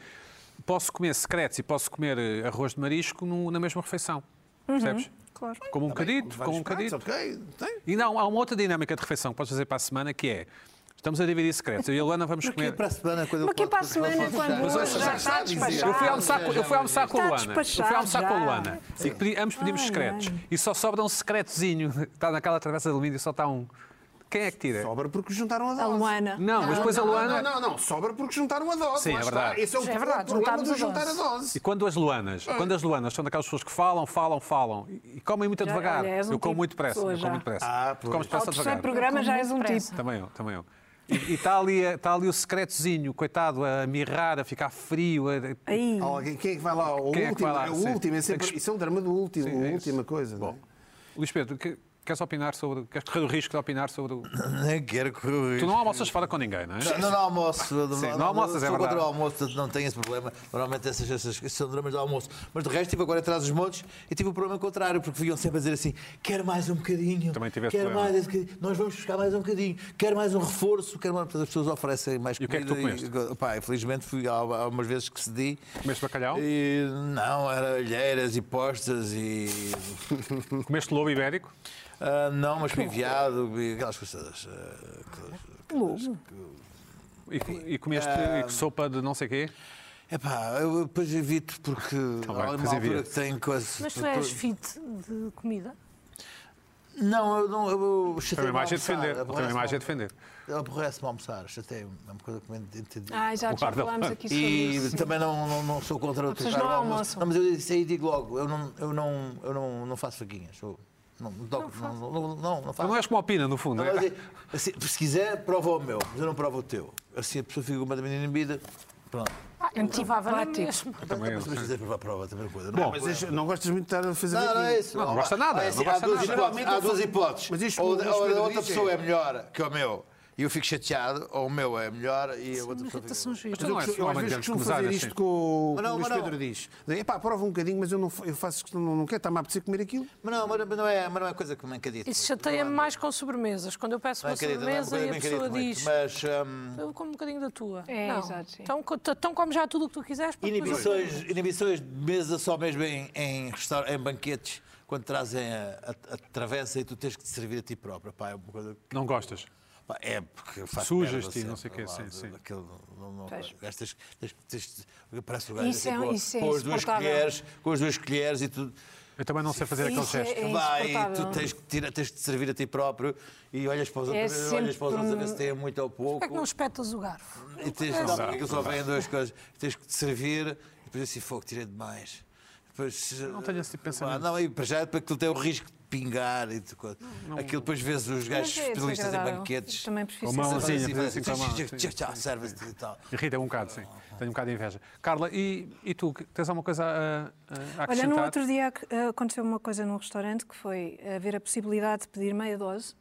S1: posso comer secretos e posso comer eh, arroz de marisco no- na mesma refeição. Percebes?
S3: Uhum. Claro.
S1: Como um bocadito,
S2: Vários
S1: como um
S2: pratos,
S1: bocadito.
S2: Ok, tem.
S1: E não, há uma outra dinâmica de refeição que podes fazer para a semana que é: estamos a dividir secretos. Eu e a Luana vamos
S5: Mas que é
S1: comer.
S5: para a semana, quando eu
S3: Mas que é
S5: posso-
S3: para a semana, quando
S5: Mas
S3: hoje
S5: olha,
S3: já está
S1: Eu
S3: despachado.
S1: fui almoçar, com- eu fui almoçar com a
S3: Está
S1: Luana. Eu fui almoçar
S3: despachado
S1: com a
S3: já.
S1: Luana. E pedi- ambos pedimos
S3: Ai,
S1: secretos.
S3: ai.
S1: E só sobra um secretozinho. <laughs> Está naquela travessa de alumínio e só está um. Quem é que tira?
S2: Sobra porque juntaram a dose.
S3: A Luana.
S1: Não, mas depois a
S2: Não,
S1: Luana.
S2: Não, não, não, sobra porque juntaram a dose.
S1: Sim, é
S2: lá está.
S1: verdade.
S2: Esse é o
S4: É verdade,
S2: problema
S4: juntámos
S2: do
S4: a
S2: juntar a
S4: dose.
S2: dose.
S1: E quando as Luanas,
S3: É.
S1: quando as Luanas são daquelas pessoas que falam, falam, falam e, e comem muito
S3: Já,
S1: devagar.
S3: olha, és um
S1: eu como
S3: tipo
S1: muito
S3: de
S1: depressa.
S3: pessoa
S1: Eu como
S3: já.
S1: muito depressa.
S2: Ah,
S1: tu
S2: pois.
S1: comes
S3: Ao
S1: depressa
S3: terceiro
S1: devagar.
S3: programa já és um tipo.
S1: Também eu, também eu. E está ali, a- tá ali o secretozinho, coitado, a mirrar, a ficar frio. a-
S3: Aí.
S2: Há Alguém, quem é que vai lá? O
S1: Quem é que
S2: último,
S1: vai lá?
S2: é o
S1: Sim.
S2: último. É
S1: Tem
S2: sempre,
S1: que-
S2: Isso é um drama do último,
S1: Sim, é
S2: a
S1: isso.
S2: última coisa.
S1: Bom,
S2: não é?
S1: Luís Pedro, que- Queres opinar sobre. Queres correr o risco de opinar sobre. o-
S5: <laughs> Nem quero correr.
S1: Tu não almoças fora com ninguém, não é?
S5: Não, não, não almoço. Não,
S1: Sim, não almoças, é
S5: sou
S1: verdade.
S5: contra o almoço, portanto, não tenho esse problema. Normalmente essas, essas esses são dramas do almoço. Mas de resto, estive agora atrás dos montes e tive o problema contrário, porque vinham sempre a dizer assim: quer mais um bocadinho.
S1: Também tive esse
S5: quer
S1: problema.
S5: mais esse bocadinho, Nós vamos buscar mais um bocadinho. Quer mais um reforço. Quer mais... Portanto, As pessoas oferecem mais
S1: E o que
S5: comida.
S1: é que tu
S5: pá, infelizmente, fui, há, há umas vezes que cedi.
S1: Comeste bacalhau?
S5: E, não, era alheiras e postas e.
S1: Comeste lobo ibérico?
S5: ah, não, mas fui enviado e aquelas coisas. ah, que-
S1: E, e comeste e
S5: Ehm,
S1: que sopa de não sei quê?
S5: Epá, eu depois evito
S1: Tá
S5: porque
S1: bem,
S5: há
S1: depois
S5: uma altura
S1: evito.
S5: que tem coisas.
S3: tipo.
S4: Mas
S2: Então,
S4: tu és fit de comida?
S5: Não, eu não. Eu, eu
S1: Também
S5: chatei-me
S1: mais é
S5: almoçar,
S1: defender. Também
S5: aborrece-me
S1: mais é
S5: almoçar.
S1: defender.
S5: Eu Aborrece-me almoçar, chatei-me. É uma coisa que me entendi.
S3: Ah, já, já
S1: Guarda.
S3: falámos aqui sobre
S5: E
S3: isso.
S5: também não, não, não sou contra o
S3: pessoas
S5: tocar
S3: não
S5: o
S3: almoçam.
S5: Não, mas eu disse aí digo logo, eu não, eu não, eu não, não faço faquinhas. Eu não, não, toco, não, não, não, não, não faço.
S1: Não és como opina, no fundo.
S5: Não,
S1: é?
S5: mas, é, assim, se quiser, prova o meu, mas eu não provo o teu. Assim a pessoa fica com uma menina bebida. Pronto.
S3: Ah, então,
S5: Então,
S4: Antipático. na mesma.
S1: Também
S5: mas
S1: eu
S5: se quiser provar, prova também coisa.
S1: Bom,
S2: Mas isto- é. não gostas muito de estar a fazer
S5: Não, não é
S2: aqui.
S5: isso.
S1: Não, não gosta nada,
S5: Olha,
S1: não
S5: assim,
S1: gosta
S5: há duas
S1: nada.
S5: hipóteses. Há duas
S2: Geralmente eu-
S5: hipóteses.
S2: Mas isto
S5: ou
S2: que o
S5: ou
S2: Pedro
S5: a outra
S2: diz
S5: pessoa
S2: é-
S5: é melhor que o meu e eu fico chateado, ou o meu é melhor e a outra
S4: Mas
S5: pessoa fica...
S4: são giros.
S1: Mas não é
S2: eu, costumo- eu às
S1: somente
S2: vezes
S1: eles
S2: costumo
S1: começarem
S2: fazer
S1: assim.
S2: isto com o que
S5: Mas não,
S2: o Luís
S5: mas não.
S2: Pedro diz. Dizem, Epá, prova um bocadinho, mas eu, não, fa- eu faço questão, não, não quero, está-me a apetecer comer aquilo.
S5: Mas não, mas não- mas não é, mas não é coisa que me encadita.
S4: Isso chateia-me mais com sobremesas. Quando eu peço
S5: Não é
S4: uma
S5: encadita,
S2: um
S5: não é uma
S4: sobremesa
S5: coisa
S4: e
S5: que
S4: a
S5: me
S4: pessoa
S5: encadita
S4: diz...
S5: muito. Mas hum,
S4: Eu como um bocadinho da tua.
S3: É,
S4: não.
S3: exato, sim.
S4: Então, co- então come já tudo o que tu quiseres. porque depois eu-
S5: inibições, inibições de mesa só mesmo em, em, restaur- em banquetes, quando trazem a, a- a travessa e tu tens que te servir a ti próprio. Pá, é uma coisa que-
S1: Não gostas.
S5: Pá, É, porque faz
S1: Sujas-te
S5: merda
S1: e não
S5: sempre,
S1: sei o quê,
S5: lá,
S1: sim,
S5: de-
S1: sim.
S5: daquele- não- não-
S3: Pois.
S5: gastas- tens- tens- parece o gajo
S3: Isso
S5: assim,
S3: é-
S5: com,
S3: isso é
S5: com as duas
S3: insuportável.
S5: colheres, com as duas colheres e tu
S1: Eu também não sei fazer aquele
S3: Isso é-
S1: gesto.
S5: vai e tu
S3: insuportável.
S5: tens que, tirar, tens que te servir a ti próprio e olhas para os
S3: É
S5: outros, olhas para os outros a ver
S3: sempre- um-
S5: se têm muito ou
S4: Porquê é que não
S5: pouco
S4: espetas o garfo?
S5: e tens
S1: Não
S5: não,
S1: dá,
S5: porque só vêm duas coisas, tens que te servir e depois assim, fogo, tirei demais. Depois, não
S1: tenho esse tipo de pensamento.
S5: Não, e para já é para aquilo tem o risco de pingar e de coisa. aquilo depois vês os gajos
S3: Mas é
S5: especialistas em
S3: desagradável.
S5: banquetes.
S3: Também prefiro
S1: Com
S3: ser
S1: mão
S5: Fazer
S1: Mãozinha,
S5: assim,
S1: fazer
S5: fazer
S1: assim
S5: assim,
S1: com a mão,
S5: tchau,
S1: sim.
S5: tchau, tchau, tchau, serve-se e tal.
S1: Irrita um bocado, sim. Tenho um bocado de inveja. Carla, e, e tu, que- tens alguma coisa a, a- a
S3: Olha,
S1: acrescentar?
S3: no outro dia ac- aconteceu uma coisa num restaurante que foi haver a possibilidade de pedir meia dose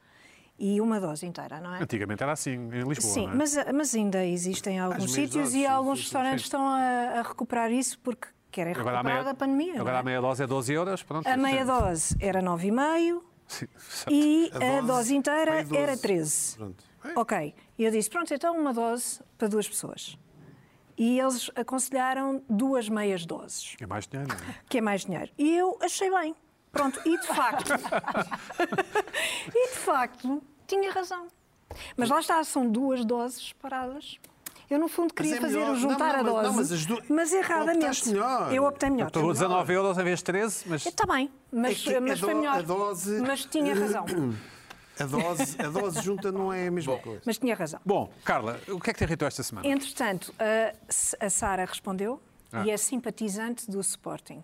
S3: e uma dose inteira, não é?
S1: Antigamente era assim, em Lisboa,
S3: Sim,
S1: não é?
S3: mas, eh, mas ainda existem alguns
S2: meias
S3: sítios
S2: doses,
S3: e
S2: sim,
S3: alguns
S2: sim, sim,
S3: restaurantes
S1: sim.
S3: estão a, a recuperar isso porque querem
S1: Agora a
S3: recuperar
S1: meia,
S3: da pandemia. não
S1: agora
S3: é?
S1: a meia dose é 12 euros. Pronto,
S3: A meia
S1: sim.
S3: dose era 9,5
S1: <laughs> Sim, certo.
S3: e
S2: A
S3: a
S2: dose,
S3: dose inteira
S2: meia dose.
S3: era 13.
S2: Pronto.
S3: Ok. E eu disse: pronto, então uma dose para duas pessoas. E eles aconselharam duas meias doses,
S1: É mais dinheiro. não é?
S3: que é mais dinheiro. E eu achei bem. Pronto, e
S2: <laughs>
S3: de facto. e de facto, tinha razão. Mas lá está, são duas doses separadas. Eu, no fundo, queria
S2: é
S3: fazer
S2: melhor.
S3: o
S2: Não,
S3: juntar
S2: não, mas-
S3: a dose.
S2: não, mas as duas-
S3: mas
S2: tu
S3: erradamente.
S2: optaste melhor.
S3: Eu optei melhor.
S1: Pagou 19 euros em vez de 13, mas
S3: Está bem, mas,
S2: É que a
S3: mas foi
S2: do-
S3: melhor.
S2: a dose-
S3: Mas
S2: <coughs>
S3: tinha razão.
S2: A dose, a dose junta não é a mesma coisa.
S3: Mas tinha razão.
S1: Bom, Carla, o que é que te irritou esta semana?
S3: Entretanto, a, S- a Sara respondeu
S1: Ah.
S3: e é simpatizante do Sporting.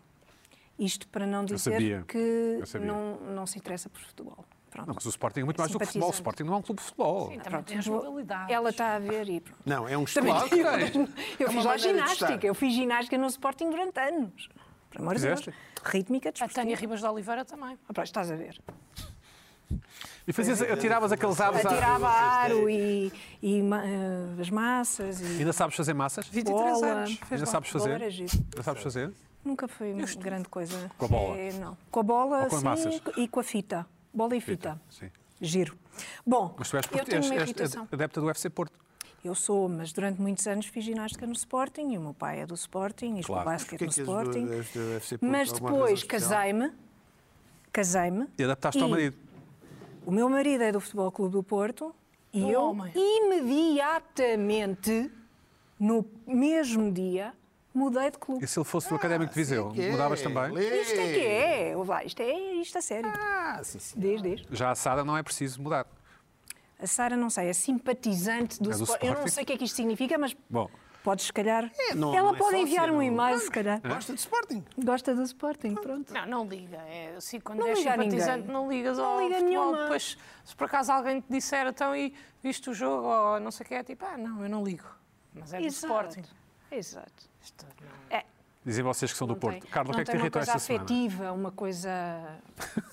S3: Isto para não dizer
S1: sabia.
S3: que
S1: Eu sabia.
S3: não, não se interessa por futebol. Pronto.
S1: Não, mas o Sporting é muito mais do que futebol. O Sporting não é um clube de futebol.
S4: Também
S3: Pronto,
S4: tem as
S3: vou-
S4: modalidades.
S3: Ela está a ver e pronto.
S2: Não, é um estudo.
S3: Também digo, <laughs>
S1: claro.
S3: eu
S2: É uma
S3: fiz lá
S2: maneira de
S3: ginástica,
S2: estar.
S3: eu fiz ginástica no Sporting durante anos. Por amor de Deus.
S1: Fizeste?
S3: Rítmica,
S4: A Tânia
S3: desportiva.
S4: Ribas de Oliveira também.
S3: Ah, pronto, estás a ver.
S1: E fazias, atiravas aqueles aves à...
S3: Atirava aro e, e ma- eh, as massas e
S1: Ainda sabes fazer massas?
S4: 23
S3: Bola.
S4: anos. Fez
S1: Ainda
S4: lá.
S1: sabes fazer?
S3: bola era giro.
S1: Ainda sabes fazer?
S3: Nunca foi uma grande coisa.
S1: Com a bola?
S3: É, não. Com a bola
S1: Ou com as
S3: sim,
S1: massas?
S3: e com a fita. Bola e fita.
S1: Sim.
S3: Giro. Bom,
S1: Mas tu és,
S3: eu
S1: portu-
S3: tenho
S1: és,
S3: uma
S1: és
S3: irritação.
S1: adepta do UFC Porto.
S3: Eu sou, mas durante muitos anos fiz ginástica no Sporting e o meu pai é do Sporting e jogou
S1: Claro.
S3: basquete
S2: Porquê
S3: no
S2: que és do-
S3: Sporting.
S2: és do FC Porto?
S3: Mas
S2: Alguma razão
S3: depois
S2: especial?
S3: casei-me. Casei-me.
S1: E adaptaste ao
S3: e
S1: marido.
S3: O meu marido é do Futebol Clube do Porto e
S4: Um
S3: eu
S4: homem.
S3: imediatamente, no mesmo dia, mudei de clube.
S1: E se ele fosse do Académico de Viseu,
S2: É,
S1: mudavas também?
S2: lê.
S3: Isto é que é, ouve lá, isto é, isto é sério.
S2: Ah, sim, sim.
S3: Diz, diz.
S1: Já a Sara não é preciso mudar.
S3: A Sara, não sei, é simpatizante do,
S1: É do
S3: Sport. Eu não
S1: Sporting?
S3: sei o que é que isto significa, mas
S1: Bom.
S3: podes, se calhar.
S2: não-
S3: Ela
S2: não é
S3: pode
S2: sócia,
S3: enviar um
S2: não-
S3: e-mail, se calhar.
S2: Gosta de Sporting.
S3: Gosta do Sporting, pronto.
S4: Não, não liga. É, assim, quando
S3: Não
S4: és
S3: liga a
S4: simpatizante,
S3: ninguém.
S4: não ligas
S3: Não
S4: ao
S3: liga
S4: futebol.
S3: nenhuma.
S4: Depois, se por acaso alguém te disser, então, e viste o jogo ou não sei o que, é tipo, ah, não, eu não ligo. Mas é do
S3: Exato.
S4: Sporting.
S3: Exato.
S4: Isto não-
S3: É,
S1: Dizem vocês que são do
S3: Não
S1: Porto.
S3: tem.
S1: Carla, o que
S3: Não
S1: é que te
S3: tem uma
S1: irritou
S3: coisa
S1: esta semana?
S3: afetiva, uma coisa.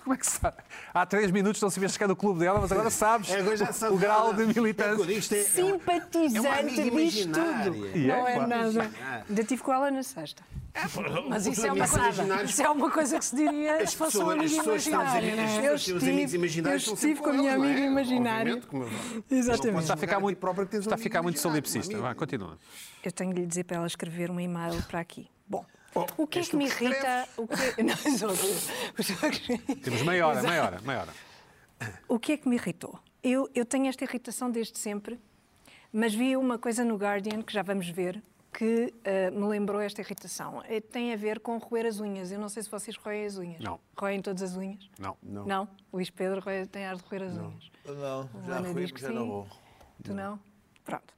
S1: Como é que sabe? Há três minutos não sabias sequer do clube dela, mas agora sabes
S2: É,
S1: o grau de militância.
S2: é
S3: Simpatizante diz é tudo.
S1: E é,
S3: não é
S1: claro.
S3: nada. Ainda estive com ela na sexta.
S4: Mas isso é, uma coisa, isso é uma coisa que se diria se fosse um
S2: pessoas-
S4: amigo
S2: as pessoas estão a dizer
S4: imaginário.
S2: que
S4: não é?
S2: as
S3: Eu
S2: pessoas têm os
S3: estive-
S2: amigos imaginários
S3: eu
S2: estão sempre
S3: estive com a minha
S2: elas, não é?
S3: amiga imaginária.
S2: Obviamente, como eu-
S3: Exatamente.
S1: Está a ficar
S2: Jogar a ti
S1: muito,
S2: própria tens um
S1: está a ficar
S2: amigo
S1: muito
S2: imaginário,
S1: solipsista.
S2: uma
S1: Vá,
S2: amiga.
S1: continua.
S3: Eu tenho de lhe dizer para ela escrever um e-mail para aqui. Bom,
S1: Oh,
S3: o que é que me irrita? O que... <laughs> Não, um os outros. Os outros.
S1: Temos meia hora, meia hora, meia hora.
S3: O que é que me irritou? Eu, eu tenho esta irritação desde sempre, mas vi uma coisa no Guardian, que já vamos ver, que ah, me lembrou esta irritação. Eh, Tem a ver com roer as unhas. Eu não sei se vocês roem as unhas.
S1: Não.
S3: Roem todas as unhas?
S1: Não.
S3: Não. Luís Pedro roe- tem ar de roer as unhas.
S5: Não, já
S3: Luana
S5: fui,
S3: diz
S5: mas
S3: que
S5: já
S3: sim.
S5: não vou.
S3: Tu não? Pronto.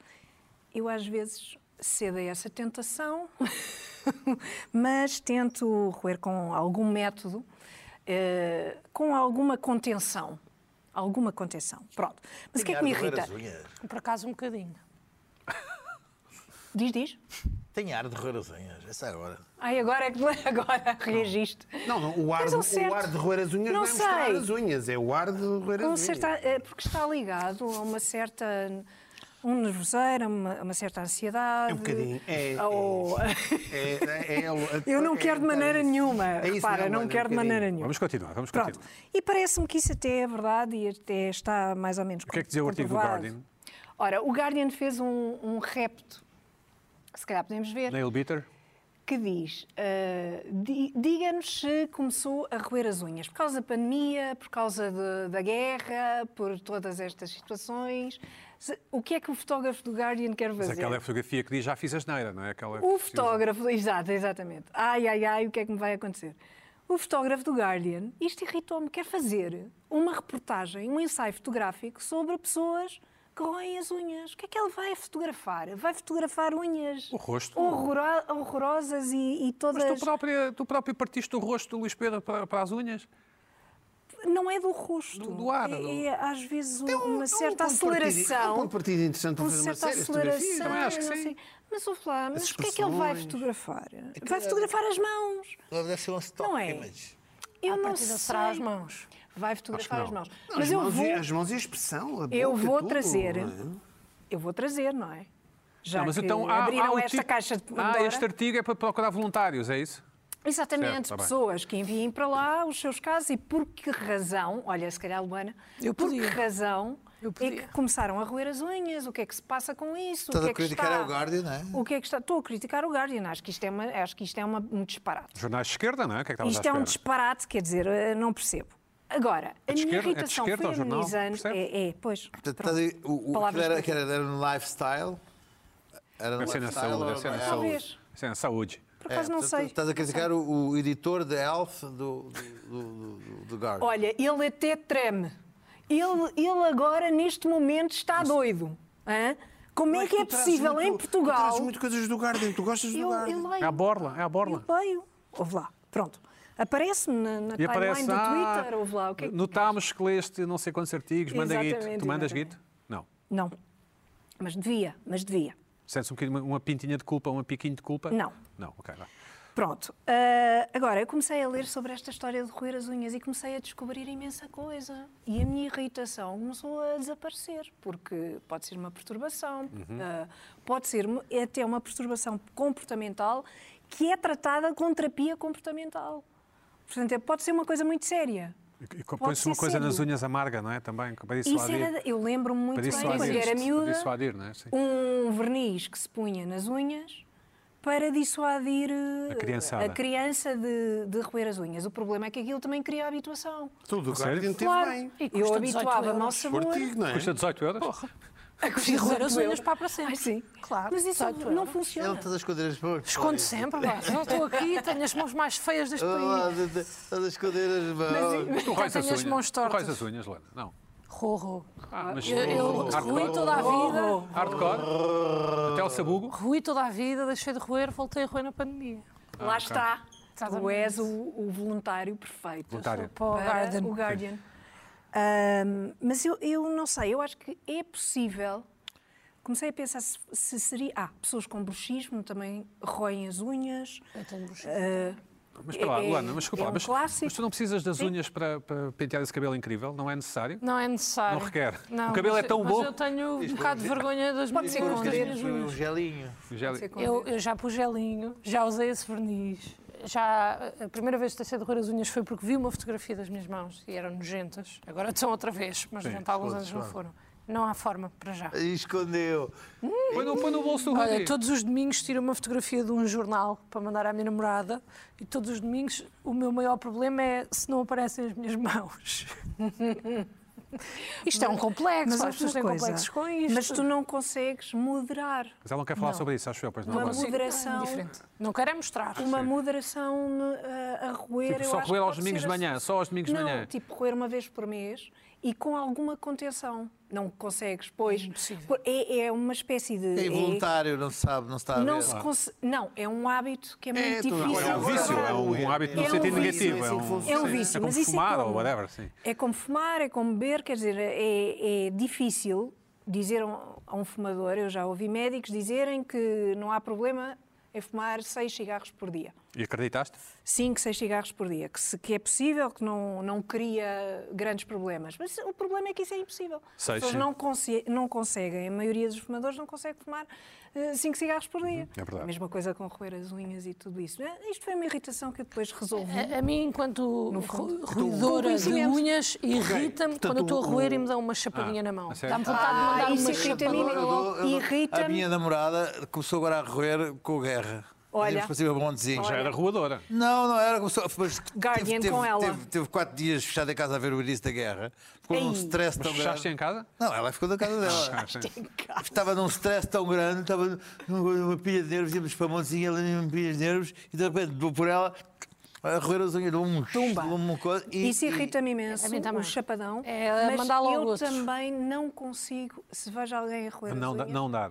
S3: Eu às vezes cedo a essa tentação, <laughs> mas tento roer com algum método, eh, com alguma contenção. Alguma contenção. Pronto. Mas o que é que me
S5: Tenho ar de roer
S3: irrita?
S5: as unhas.
S4: Por acaso, um bocadinho.
S3: Diz, diz.
S5: Tenho ar de roer as unhas, essa é agora.
S3: Ai, agora é que <laughs> agora reagiste.
S2: Não, não, o ar,
S3: Mas é o
S2: de, o
S3: certo.
S2: ar de roer as unhas não,
S3: Não
S2: é mostrar
S3: sei.
S2: as unhas, é o ar de roer as
S3: Com
S2: unhas.
S3: certa, eh, porque está ligado a uma certa. um nervoseiro, a uma, a uma certa ansiedade.
S2: É um bocadinho. É,
S3: Ao- <laughs>
S2: é, é, é, é-
S3: Eu não
S2: é
S3: quero de
S1: então
S2: um
S3: maneira
S2: bocadinho.
S3: nenhuma.
S2: É isso,
S3: Repara,
S2: não,
S3: não
S2: Luana,
S3: quero
S2: um
S3: de maneira
S2: bocadinho.
S3: nenhuma.
S1: Vamos continuar, vamos
S3: Pronto.
S1: continuar.
S3: E parece-me que isso até é verdade e até está mais ou menos
S1: que é que dizia o artigo do
S3: comprovado.
S1: Guardian?
S3: Ora, o Guardian fez um, um repto, se calhar podemos ver,
S1: Nail Bitter?
S3: que diz: ah, di- diga-nos se começou a roer as unhas por causa da pandemia, por causa de- da guerra, por todas estas situações. Se- o que é que o fotógrafo do Guardian quer
S1: Mas
S3: fazer?
S1: aquela é a fotografia que diz já fiz asneira, não é? Aquela
S3: O fotógrafo, exato, exatamente. Ai, ai, ai, o que é que me vai acontecer? O fotógrafo do Guardian, isto irritou-me, quer fazer uma reportagem, um ensaio fotográfico sobre pessoas que roem as unhas. O que é que ele vai fotografar? Vai fotografar unhas
S1: O rosto.
S3: horroro- horrorosas e, e todas.
S1: Mas tu, própria, tu próprio partiste do rosto do Luís Pedro para, para as unhas?
S3: Não é do rosto.
S1: Do- do ar,
S3: É,
S1: do-
S3: é, às vezes um-
S2: É um- é um
S3: uma
S2: ponto
S3: certa
S2: de partida- É um
S3: aceleração.
S2: ponto de partida interessante para
S3: uma
S2: fazer uma
S3: certa
S2: série de fotografias.
S3: aceleração.
S1: também acho que
S3: não
S1: sim.
S3: sei. Mas, ouve lá, mas o que é que ele vai fotografar? Vai fotografar as mãos.
S5: Deve ser um stock
S3: Não é?
S5: image.
S3: Eu não
S4: partida
S3: sei.
S4: será as mãos.
S3: Vai fotografar
S1: Acho
S3: as
S1: que não.
S3: mãos. Mas
S2: as,
S3: eu
S2: mãos
S3: vou,
S2: e, as mãos e a expressão, a
S3: eu
S2: boca,
S3: vou
S2: tudo,
S3: trazer.
S2: não é?
S3: Eu vou trazer, não é? Já
S1: não, mas
S3: que
S1: então há,
S3: abriram
S1: há um
S3: esta
S1: tipo-
S3: caixa de
S1: Ah,
S3: Pandora.
S1: este artigo é para procurar voluntários, é isso? Certo,
S3: Exatamente,
S1: tá bem.
S3: pessoas que enviem para lá os seus casos e por que razão, olha, se calhar, Luana,
S4: Eu
S3: por que
S4: podia.
S3: razão
S4: Eu
S3: é
S4: podia.
S3: que começaram a roer as unhas? O que é que se passa com isso?
S5: Estás
S3: o que
S5: a
S3: é que
S5: criticar
S3: está...
S5: é o Guardian, não é?
S3: O que é que está? Estou a criticar o Guardian, acho que isto é, uma, acho que isto é uma, um disparate.
S1: Jornais de esquerda, não é? O que é que estavas
S3: Isto
S1: à
S3: é um
S1: espera?
S3: disparate, quer dizer, eh, não percebo. Agora, a
S1: de esquerda?
S3: minha
S1: É de
S3: irritação
S1: esquerda
S3: foi
S1: o jornal,
S3: amenizando.
S1: percebe?
S3: É, é, pois.
S5: Portanto,
S3: pronto.
S5: estás aí- o, o que
S3: Palavras
S5: era,
S3: de-
S5: que era, era no lifestyle. Era no
S1: Deve ser na
S5: lifestyle.
S1: saúde,
S5: ou-
S1: deve ser na
S5: é,
S1: saúde.
S3: Talvez.
S1: Deve ser na saúde.
S3: Por
S2: É,
S3: acaso não
S5: portanto,
S3: sei.
S5: Estás a criticar o, o editor da Elf do, do, do, do- do Guardian.
S3: Olha, ele até treme. Ele, ele agora, neste momento, está doido. Hã? Como é
S2: Mas
S3: que
S2: tu
S3: é
S2: trazes
S3: possível
S2: muito-
S3: em
S2: Tu
S3: Portugal?
S2: trazes muito coisas do Garden, tu gostas do
S3: Eu, eu
S2: Garden.
S3: leio.
S1: É a borla, é a borla.
S3: Eu leio. Ouve lá. Pronto. Aparece-me na, na
S1: E
S3: timeline
S1: aparece.
S3: do
S1: ah,
S3: Twitter. Ouve lá. O que é que...
S1: Notámos que leste não sei quantos artigos, manda guito.
S3: Exatamente,
S1: Tu mandas
S3: exatamente.
S1: guito? Não.
S3: Não. Mas devia. Mas devia.
S1: Sentes um bocadinho uma, uma pintinha de culpa, um piquinho de culpa?
S3: Não.
S1: Não, ok, vá.
S3: Pronto. Ah, agora, eu comecei a ler sobre esta história de roer as unhas e comecei a descobrir imensa coisa. E a minha irritação começou a desaparecer, porque pode ser uma perturbação,
S1: Uhum.
S3: ah, pode ser uma- é até uma perturbação comportamental que é tratada com terapia comportamental. Portanto, é- pode ser uma coisa muito séria.
S1: E- E
S3: Pode
S1: põe-se uma
S3: ser
S1: coisa nas
S3: sério.
S1: unhas amarga, não é? Também, para
S3: Isso
S1: dissuadir.
S3: era, eu lembro-me muito
S1: para
S3: bem,
S1: dissuadir.
S3: quando era
S1: Para
S3: miúda,
S1: dissuadir, não é? Sim.
S3: um verniz que se punha nas unhas para dissuadir eh,
S1: A criançada.
S3: a criança de, de roer as unhas. O problema é que aquilo também cria habituação.
S2: Tudo o
S1: sério?
S2: Garden teve bem.
S3: eu
S4: custa 18
S3: habituava-me ao
S4: euros.
S3: sabor.
S2: Portigo, não é?
S1: Custa 18 euros?
S3: A
S4: E roer as unhas para para
S3: Ai,
S4: sempre.
S3: sim.
S4: Claro.
S3: Mas isso
S4: 18
S3: não
S4: euros.
S5: Ele
S3: funciona.
S5: estás a esconder as mãos.
S4: Escondo sempre, vá. Não estou aqui, tenho as mãos mais feias deste
S5: Ah,
S4: país.
S5: de- de- Estás a esconder as mãos.
S1: Tu roes as
S4: tenho as
S1: unhas.
S4: mãos
S1: Tu roes
S4: tortas.
S1: as unhas, Lana? Não.
S4: Rorro.
S1: Ah, mas
S4: Eu, eu ruí toda a vida.
S1: hardcore, até ao sabugo.
S4: Ruí toda a vida, deixei de roer, voltei a roer na pandemia.
S3: Lá está. Tu
S4: Exatamente.
S3: és o, o voluntário perfeito.
S1: Voluntário.
S4: Para Tá o
S3: para
S4: Garden.
S3: o Guardian. Ahm, mas eu, eu não sei, eu acho que é possível comecei a pensar se, se seria. Ah, pessoas com bruxismo também roem as unhas.
S4: Eu tenho bruxismo.
S3: ah,
S1: Mas espera lá,
S3: é-
S1: Luana, mas desculpa
S3: é
S1: lá,
S3: um
S1: mas,
S3: clássico.
S1: mas tu não precisas das
S3: Sim.
S1: unhas para, para pentear esse cabelo incrível? Não é necessário?
S6: Não é necessário.
S1: Não requer.
S6: Não,
S1: O cabelo
S6: mas-
S1: é tão
S6: mas
S1: bom.
S6: Eu tenho um bocado de vergonha das
S3: Pode
S6: minhas
S3: ser
S6: mãos.
S3: com dedos.
S5: Um gelinho.
S1: Já- é-
S3: sei com
S6: Eu,
S3: dedos.
S6: eu já pus gelinho, já usei esse verniz. Já, a primeira vez que deixei de roer as unhas foi porque vi uma fotografia das minhas mãos e eram nojentas. Agora são outra vez, mas
S1: Sim,
S6: durante alguns
S5: claro,
S6: anos não
S5: claro.
S6: foram. Não há forma para já.
S5: E escondeu.
S1: Põe, no, põe no bolso do
S6: Olha,
S1: Rui.
S6: todos os domingos tiro uma fotografia de um jornal para mandar à minha namorada e todos os domingos o meu maior problema é se não aparecem as minhas <laughs> mãos. Isto é um complexo,
S4: mas
S6: as pessoas
S4: outra
S6: têm
S4: coisa,
S6: complexos com isto.
S3: Mas tu não consegues moderar
S1: Mas ela não quer falar
S6: Não.
S1: sobre isso, acho eu, pois não.
S3: Não,
S1: agora.
S3: não. moderação-
S6: É diferente. Não quero é mostrar.
S3: uma moderação no- a, a roer.
S1: Tipo,
S3: eu
S1: só
S3: acho que
S1: roer aos
S3: pode
S1: domingos de
S3: ser
S1: manhã,
S3: assim.
S1: só aos domingos de
S3: não,
S1: manhã.
S3: tipo roer uma vez por mês e com alguma contenção. Não consegues,
S1: Hum,
S3: pois.
S6: Impossível.
S3: por- É, é uma espécie de.
S5: É
S3: é-
S5: involuntário, não se sabe, não se está a
S3: não,
S5: ver.
S3: se conse- não, é um hábito que é muito
S2: tu-
S3: difícil.
S1: É um
S2: Agora
S1: vício,
S2: vai
S1: é um,
S2: roer.
S1: um hábito
S3: É
S1: no
S3: um
S1: sentido
S3: vício,
S1: negativo.
S2: é
S1: É,
S2: assim que
S1: um,
S2: funciona.
S3: É um
S1: sim,
S3: vício,
S1: é como
S3: mas isso é
S1: fumar ou
S3: como-
S1: whatever, sim.
S3: É como fumar, é como beber, quer dizer, é, é difícil dizer a um- a um fumador, eu já ouvi médicos dizerem que não há problema em fumar seis cigarros por dia.
S1: E acreditaste?
S3: cinco, seis cigarros por dia, que, se- que é possível, que não, não cria grandes problemas. Mas o problema é que isso é impossível.
S1: Seis,
S3: As pessoas
S1: sim.
S3: não, conse- não conseguem, a maioria dos fumadores não consegue fumar eh, cinco cigarros por dia.
S1: é verdade.
S3: A mesma coisa com roer as unhas e tudo isso. Eh, Isto foi uma irritação que eu depois resolvi.
S6: A, a mim, enquanto ru- roedora de
S3: conhecimento.
S6: unhas, irrita-me quando eu estou a roer e me dão uma chapadinha
S1: Ah,
S6: na mão.
S1: a sério?
S6: Dá-me vontade de
S3: Ah,
S6: mandar
S3: isso
S6: uma
S3: irrita-me
S6: chapadinha
S5: Eu
S6: na
S5: dou-
S6: mão.
S5: eu dou-
S3: Irrita-me.
S5: A minha namorada começou agora a roer com o guerra.
S3: Olha.
S5: Olha. Para cima, bondezinho.
S1: Ah, Já era roadora.
S5: Não, não era. Começou, mas teve-
S3: Guardian
S5: teve,
S3: com ela.
S5: Teve, teve quatro dias fechada em casa a ver o início da guerra. Ficou num
S3: Ei.
S5: stress
S1: Mas
S5: tão
S1: fechaste em
S5: grande.
S1: casa?
S5: Não, ela ficou na casa dela.
S1: Ah, sim.
S5: Estava num stress tão grande, estava numa, numa pilha de nervos, íamos para a montezinha, ela numa pilha de nervos, e de repente vou por ela, a roer as unhas, dou um
S3: Tumba.
S5: dou uma coisa, e-
S3: Isso
S5: e-
S3: irrita-me imenso,
S6: A mim também.
S3: o chapadão.
S6: É
S3: mas
S6: mandar logo
S3: eu
S6: outros.
S3: também não consigo, se vejo alguém a roer
S1: Não,
S3: as
S1: dá-
S3: unhas,
S1: não dar.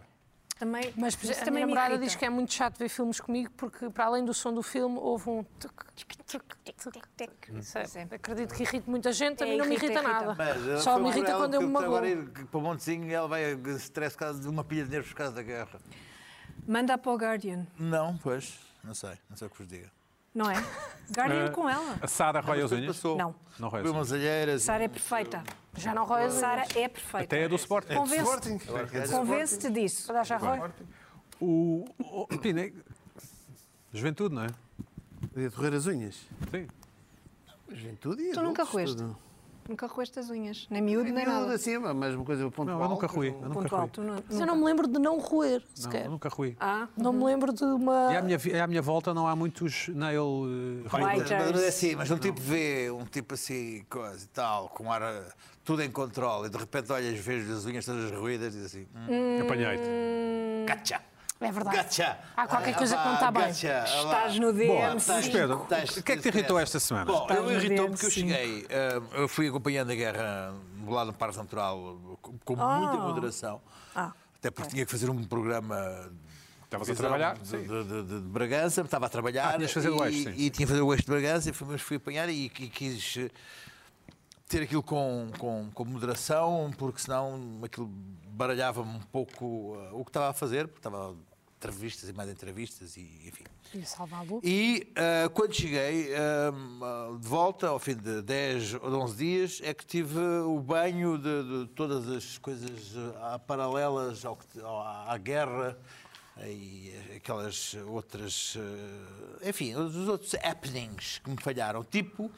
S3: também,
S6: Mas por exemplo, a minha
S3: me
S6: namorada
S3: irrita.
S6: diz que é muito chato ver filmes comigo porque, para além do som do filme, houve um tuc, tuc, tuc, tuc, tuc. Isso é- Acredito que irrite muita gente, a
S3: É,
S6: mim não me
S3: irrita,
S6: irrita
S3: irrita.
S6: nada.
S5: Mas, eh,
S6: Só
S5: foi
S6: me
S5: por
S6: irrita
S5: ela
S6: quando eu
S5: que
S6: me magoo.
S5: Agora ir para o Montezinho e ela vai a stress por causa de uma pilha de nervos por causa da guerra.
S3: Manda para o Guardian,
S5: Não, pois, não sei, não sei o que vos diga.
S3: não
S6: <laughs>
S3: é? Guardian
S1: Ah,
S3: com ela.
S1: A Sara
S5: Mas
S1: rói as
S5: depois
S1: unhas?
S5: Passou.
S3: Não.
S1: Não rói as
S5: Foi
S1: unhas.
S5: umas alheiras.
S3: Sara é perfeita.
S6: Já não roio as
S3: Sara
S6: unhas.
S3: é perfeita.
S1: Até é do Sporting.
S3: Convence-
S2: Sporting.
S3: Convence-te disso.
S6: Toda a já roio.
S1: O, o, Pina, é- juventude, não é?
S2: Podia roer as unhas.
S1: Sim.
S2: Juventude e
S3: Tu nunca
S2: adultos,
S3: roeste?
S2: tudo.
S3: Nunca roeste as unhas. Nem miúdo, nem
S2: Eu,
S3: nada.
S2: assim, mas uma coisa pontual.
S1: Não, eu nunca ruí. Eu nunca
S3: Ponto
S1: ruí.
S3: alto. nu-
S6: Mas
S3: nu-
S6: eu não me lembro de não roer
S1: Não, eu
S6: sequer.
S1: nunca ruí.
S3: Ah,
S6: Não me lembro de uma.
S1: E à minha, vi- à minha volta não há muitos nail eh,
S3: White.
S1: roedores.
S5: Mas não é assim, mas um tipo vê, um tipo assim, coisa e tal, com ar eh, tudo em controle, e de repente olhas, vejo as unhas todas ruídas e diz assim: hum,
S1: Apanhei-te.
S5: gacha!
S6: É verdade.
S5: Gacha! Ah,
S6: Há qualquer coisa que não está bem.
S3: estás no DM.
S1: Mas Pedro, o que é que te irritou esta semana?
S5: Bom,
S3: Estás
S5: eu
S3: no
S5: irritou
S3: DM,
S5: porque eu
S3: sim.
S5: cheguei, eh, eu fui acompanhando a guerra lá no Parque Natural com- com muita moderação, até porque tinha que fazer um programa.
S1: Estavas a
S5: televisão
S1: trabalhar?
S5: De,
S1: Sim.
S5: de- de- de Bragança, estava a trabalhar.
S1: Ah, tinhas de fazer o
S5: e-
S1: eixo, sim,
S5: E tinha que fazer o eixo de Bragança, e fui- mas fui apanhar e, e quis eh, ter aquilo com, com, com moderação, porque senão aquilo baralhava-me um pouco eh, o que estava a fazer, porque estava entrevistas e mais entrevistas e enfim.
S6: E salvá-lo.
S5: E ah, quando cheguei ah, de volta, ao fim de 10 ou de 11 dias, é que tive o banho de, de todas as coisas ah, paralelas ao que- ao- à guerra e aquelas outras. ah, enfim, os os outros happenings que me falharam. Tipo.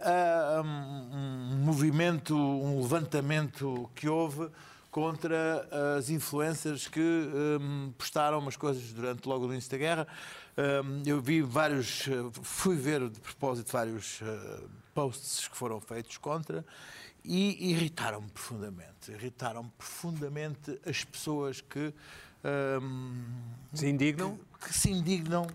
S5: ah, um, um movimento, um levantamento que houve contra as influencers que hum, postaram umas coisas durante logo no início da guerra. Hum, eu vi vários, eh, fui ver de propósito vários eh, posts que foram feitos contra e irritaram-me profundamente. Irritaram-me profundamente as pessoas que, hum,
S1: Se indignam?
S5: que se indignam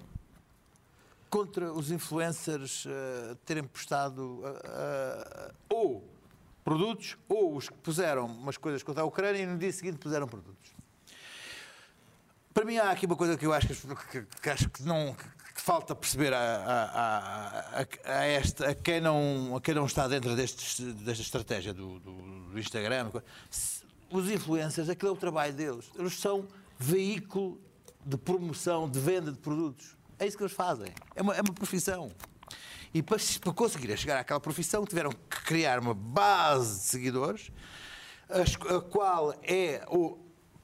S5: contra os influencers eh, terem postado eh, eh, ou produtos ou os que puseram umas coisas contra a Ucrânia e no dia seguinte puseram produtos. Para mim há aqui uma coisa que eu acho que, as pessoas- que- que acho que não que falta perceber a, a- a- a- a esta, a, quem não, a quem não está dentro destes- desta estratégia do, do- do Instagram. Se- os influencers, aquele é o trabalho deles. Eles são veículo de promoção, de venda de produtos. É isso que eles fazem. É uma, é uma profissão. E para, para conseguirem chegar àquela profissão, tiveram que criar uma base de seguidores, as- a, qual é o.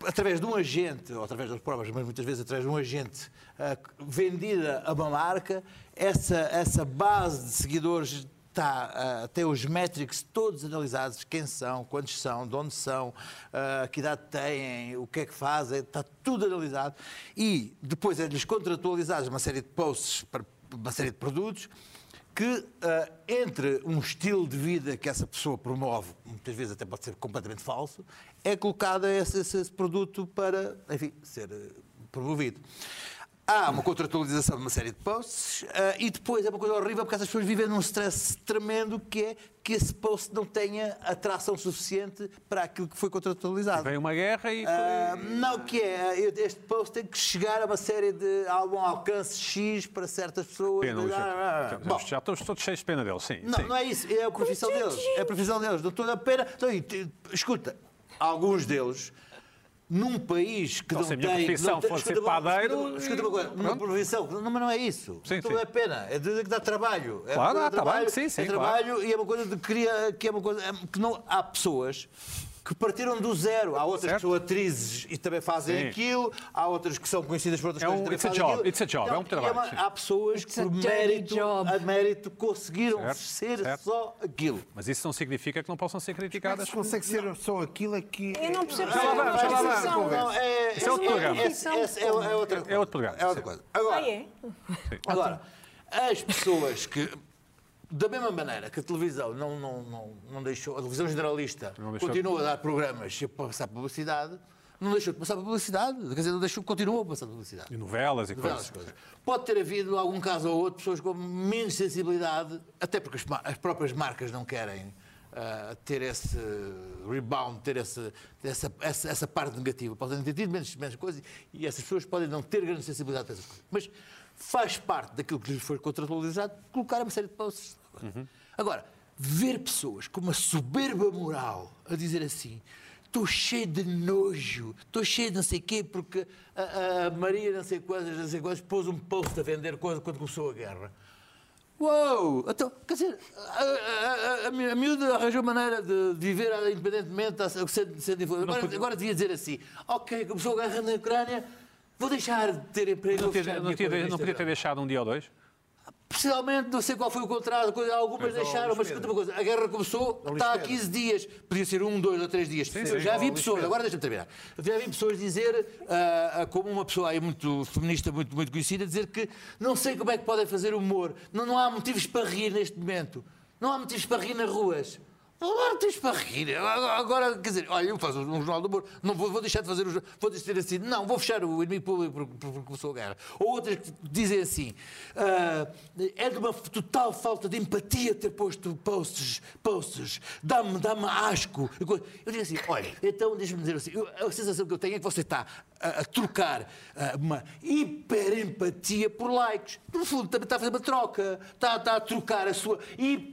S5: Através de um agente, ou através das provas, mas muitas vezes através de um agente ah, vendida a uma marca, essa, essa base de seguidores Está, uh, tem os métricos todos analisados, quem são, quantos são, de onde são, ah, que idade têm, o que é que fazem, está tudo analisado. E depois é-lhes contratualizados uma série de posts para uma série de produtos que ah, entre um estilo de vida que essa pessoa promove, muitas vezes até pode ser completamente falso, é colocado esse, esse- esse produto para, enfim, ser eh, promovido. Há uma contratualização de uma série de posts ah, e depois é uma coisa horrível porque essas pessoas vivem num stress tremendo que é que esse post não tenha atração suficiente para aquilo que foi contratualizado.
S1: Veio uma guerra e.
S5: Ah, não que é, eu- este post tem que chegar a uma série de a um alcance X para certas pessoas.
S1: Pena, Luís.
S5: Ah, ah, ah. Bom,
S1: Já, já estou todos cheios de pena dele, sim.
S5: não,
S1: sim.
S5: não é isso. É a profissão deles. É a profissão deles. Não estou a pena. Então, e te- escuta, alguns deles, num país que
S1: Então,
S5: não
S1: se a
S5: tem.
S1: minha
S5: que
S1: profissão
S5: não tem-
S1: fosse ser
S5: escuta-me,
S1: padeiro,
S5: escuta-me, Escuta-me uma coisa. Uma
S1: pronto.
S5: profissão. que- Não, mas não é isso.
S1: Sim,
S5: não
S1: sim.
S5: é pena. É de que dá trabalho. É
S1: Claro,
S5: dá
S1: dá trabalho, sim, sim,
S5: É
S1: claro.
S5: trabalho e é uma coisa de cria, que é uma coisa. é que não, há pessoas. Que partiram do zero. Há outras
S1: Certo.
S5: que são atrizes e também fazem
S1: Sim.
S5: aquilo, há outras que são conhecidas por outras
S1: É
S5: coisas
S1: um-
S5: e também
S1: it's a
S5: fazem
S1: job,
S5: aquilo. Então,
S1: it's a job, é um
S5: e
S1: trabalho,
S5: uma-
S1: sim.
S5: Há pessoas
S6: It's
S5: que,
S6: a
S5: por
S6: dirty
S5: mérito,
S6: job.
S5: a mérito, conseguiram
S1: Certo,
S5: ser
S1: certo.
S5: só aquilo.
S1: Mas isso não significa que não possam ser
S2: Cara,
S5: é
S1: criticadas.
S2: se consegue ser só aquilo é que.
S3: Eu não percebo
S1: lá
S3: se é
S1: vamos, já lá
S3: uma
S1: vamos.
S3: profissão.
S5: Não, é,
S1: Isso é outro
S5: é-
S1: programa.
S5: é- é- é- é outra coisa.
S1: É outro programa,
S5: É outra
S1: sim.
S5: coisa. Agora,
S3: Ah, é?
S5: Agora, as pessoas que, da mesma maneira que a televisão não, não, não, não deixou, a televisão generalista
S1: Não deixou.
S5: continua a dar programas e a passar publicidade, não deixou de passar publicidade, quer dizer, não deixou, continua a passar publicidade.
S1: E novelas e
S5: Várias
S1: coisas.
S5: coisas. Pode ter havido algum caso ou outro, pessoas com menos sensibilidade, até porque as, ma- as próprias marcas não querem ah, ter esse rebound, ter esse- essa, essa, essa parte negativa. Podem ter tido menos, menos coisas e essas pessoas podem não ter grande sensibilidade para essas coisas. Mas faz parte daquilo que lhes foi contratualizado colocar uma série de posts. Agora, ver pessoas com uma soberba moral a dizer assim. Estou cheio de nojo, estou cheio de não sei quê, porque a, a Maria não sei quantas, não sei quantas, pôs um post a vender coisa quando começou a guerra. Uou! Então, quer dizer, a, a, a, a mi- a miúda arranjou maneira de viver independentemente, a- sendo, sendo infeliz. agora, agora devia dizer assim: ok, começou a guerra na Ucrânia, vou deixar de ter emprego.
S1: Não,
S5: vou
S1: tinha-
S5: fechar a
S1: não
S5: minha é
S1: tinha-
S5: conta no
S1: não podia ter
S5: Instagram."
S1: deixado um dia ou dois?
S5: Possivelmente, não sei qual foi o contrato, coisa- algumas
S2: Mas, ó,
S5: deixaram,
S2: Luís
S5: mas escuta
S2: Pedro.
S5: uma coisa: a guerra começou,
S2: Ó, Luís
S5: está há
S2: Pedro.
S5: 15 dias, podia ser um, dois ou três dias. Eu
S1: sim.
S5: já vi
S2: Ó, Luís
S5: pessoas,
S2: Pedro.
S5: agora deixa-me terminar. Eu já vi pessoas dizer, ah, ah, como uma pessoa aí muito feminista, muito, muito conhecida, dizer que não sei como é que podem fazer humor, não, não há motivos para rir neste momento, não há motivos para rir nas ruas. Não há motivos para rir. Agora, quer dizer, olha, eu faço um jornal do humor, não vou, vou deixar de fazer o jornal, vou dizer assim, não, vou fechar o inimigo público porque, porque começou a guerra. Ou outras que dizem assim, ah, é de uma total falta de empatia ter posto posts, posts, dá-me, dá-me asco. e coisa. Eu digo assim, olha, então deixa-me dizer assim, eu- a sensação que eu tenho é que você está a, a trocar ah, uma hiperempatia por likes. No fundo, também está a fazer uma troca, está, está a trocar a sua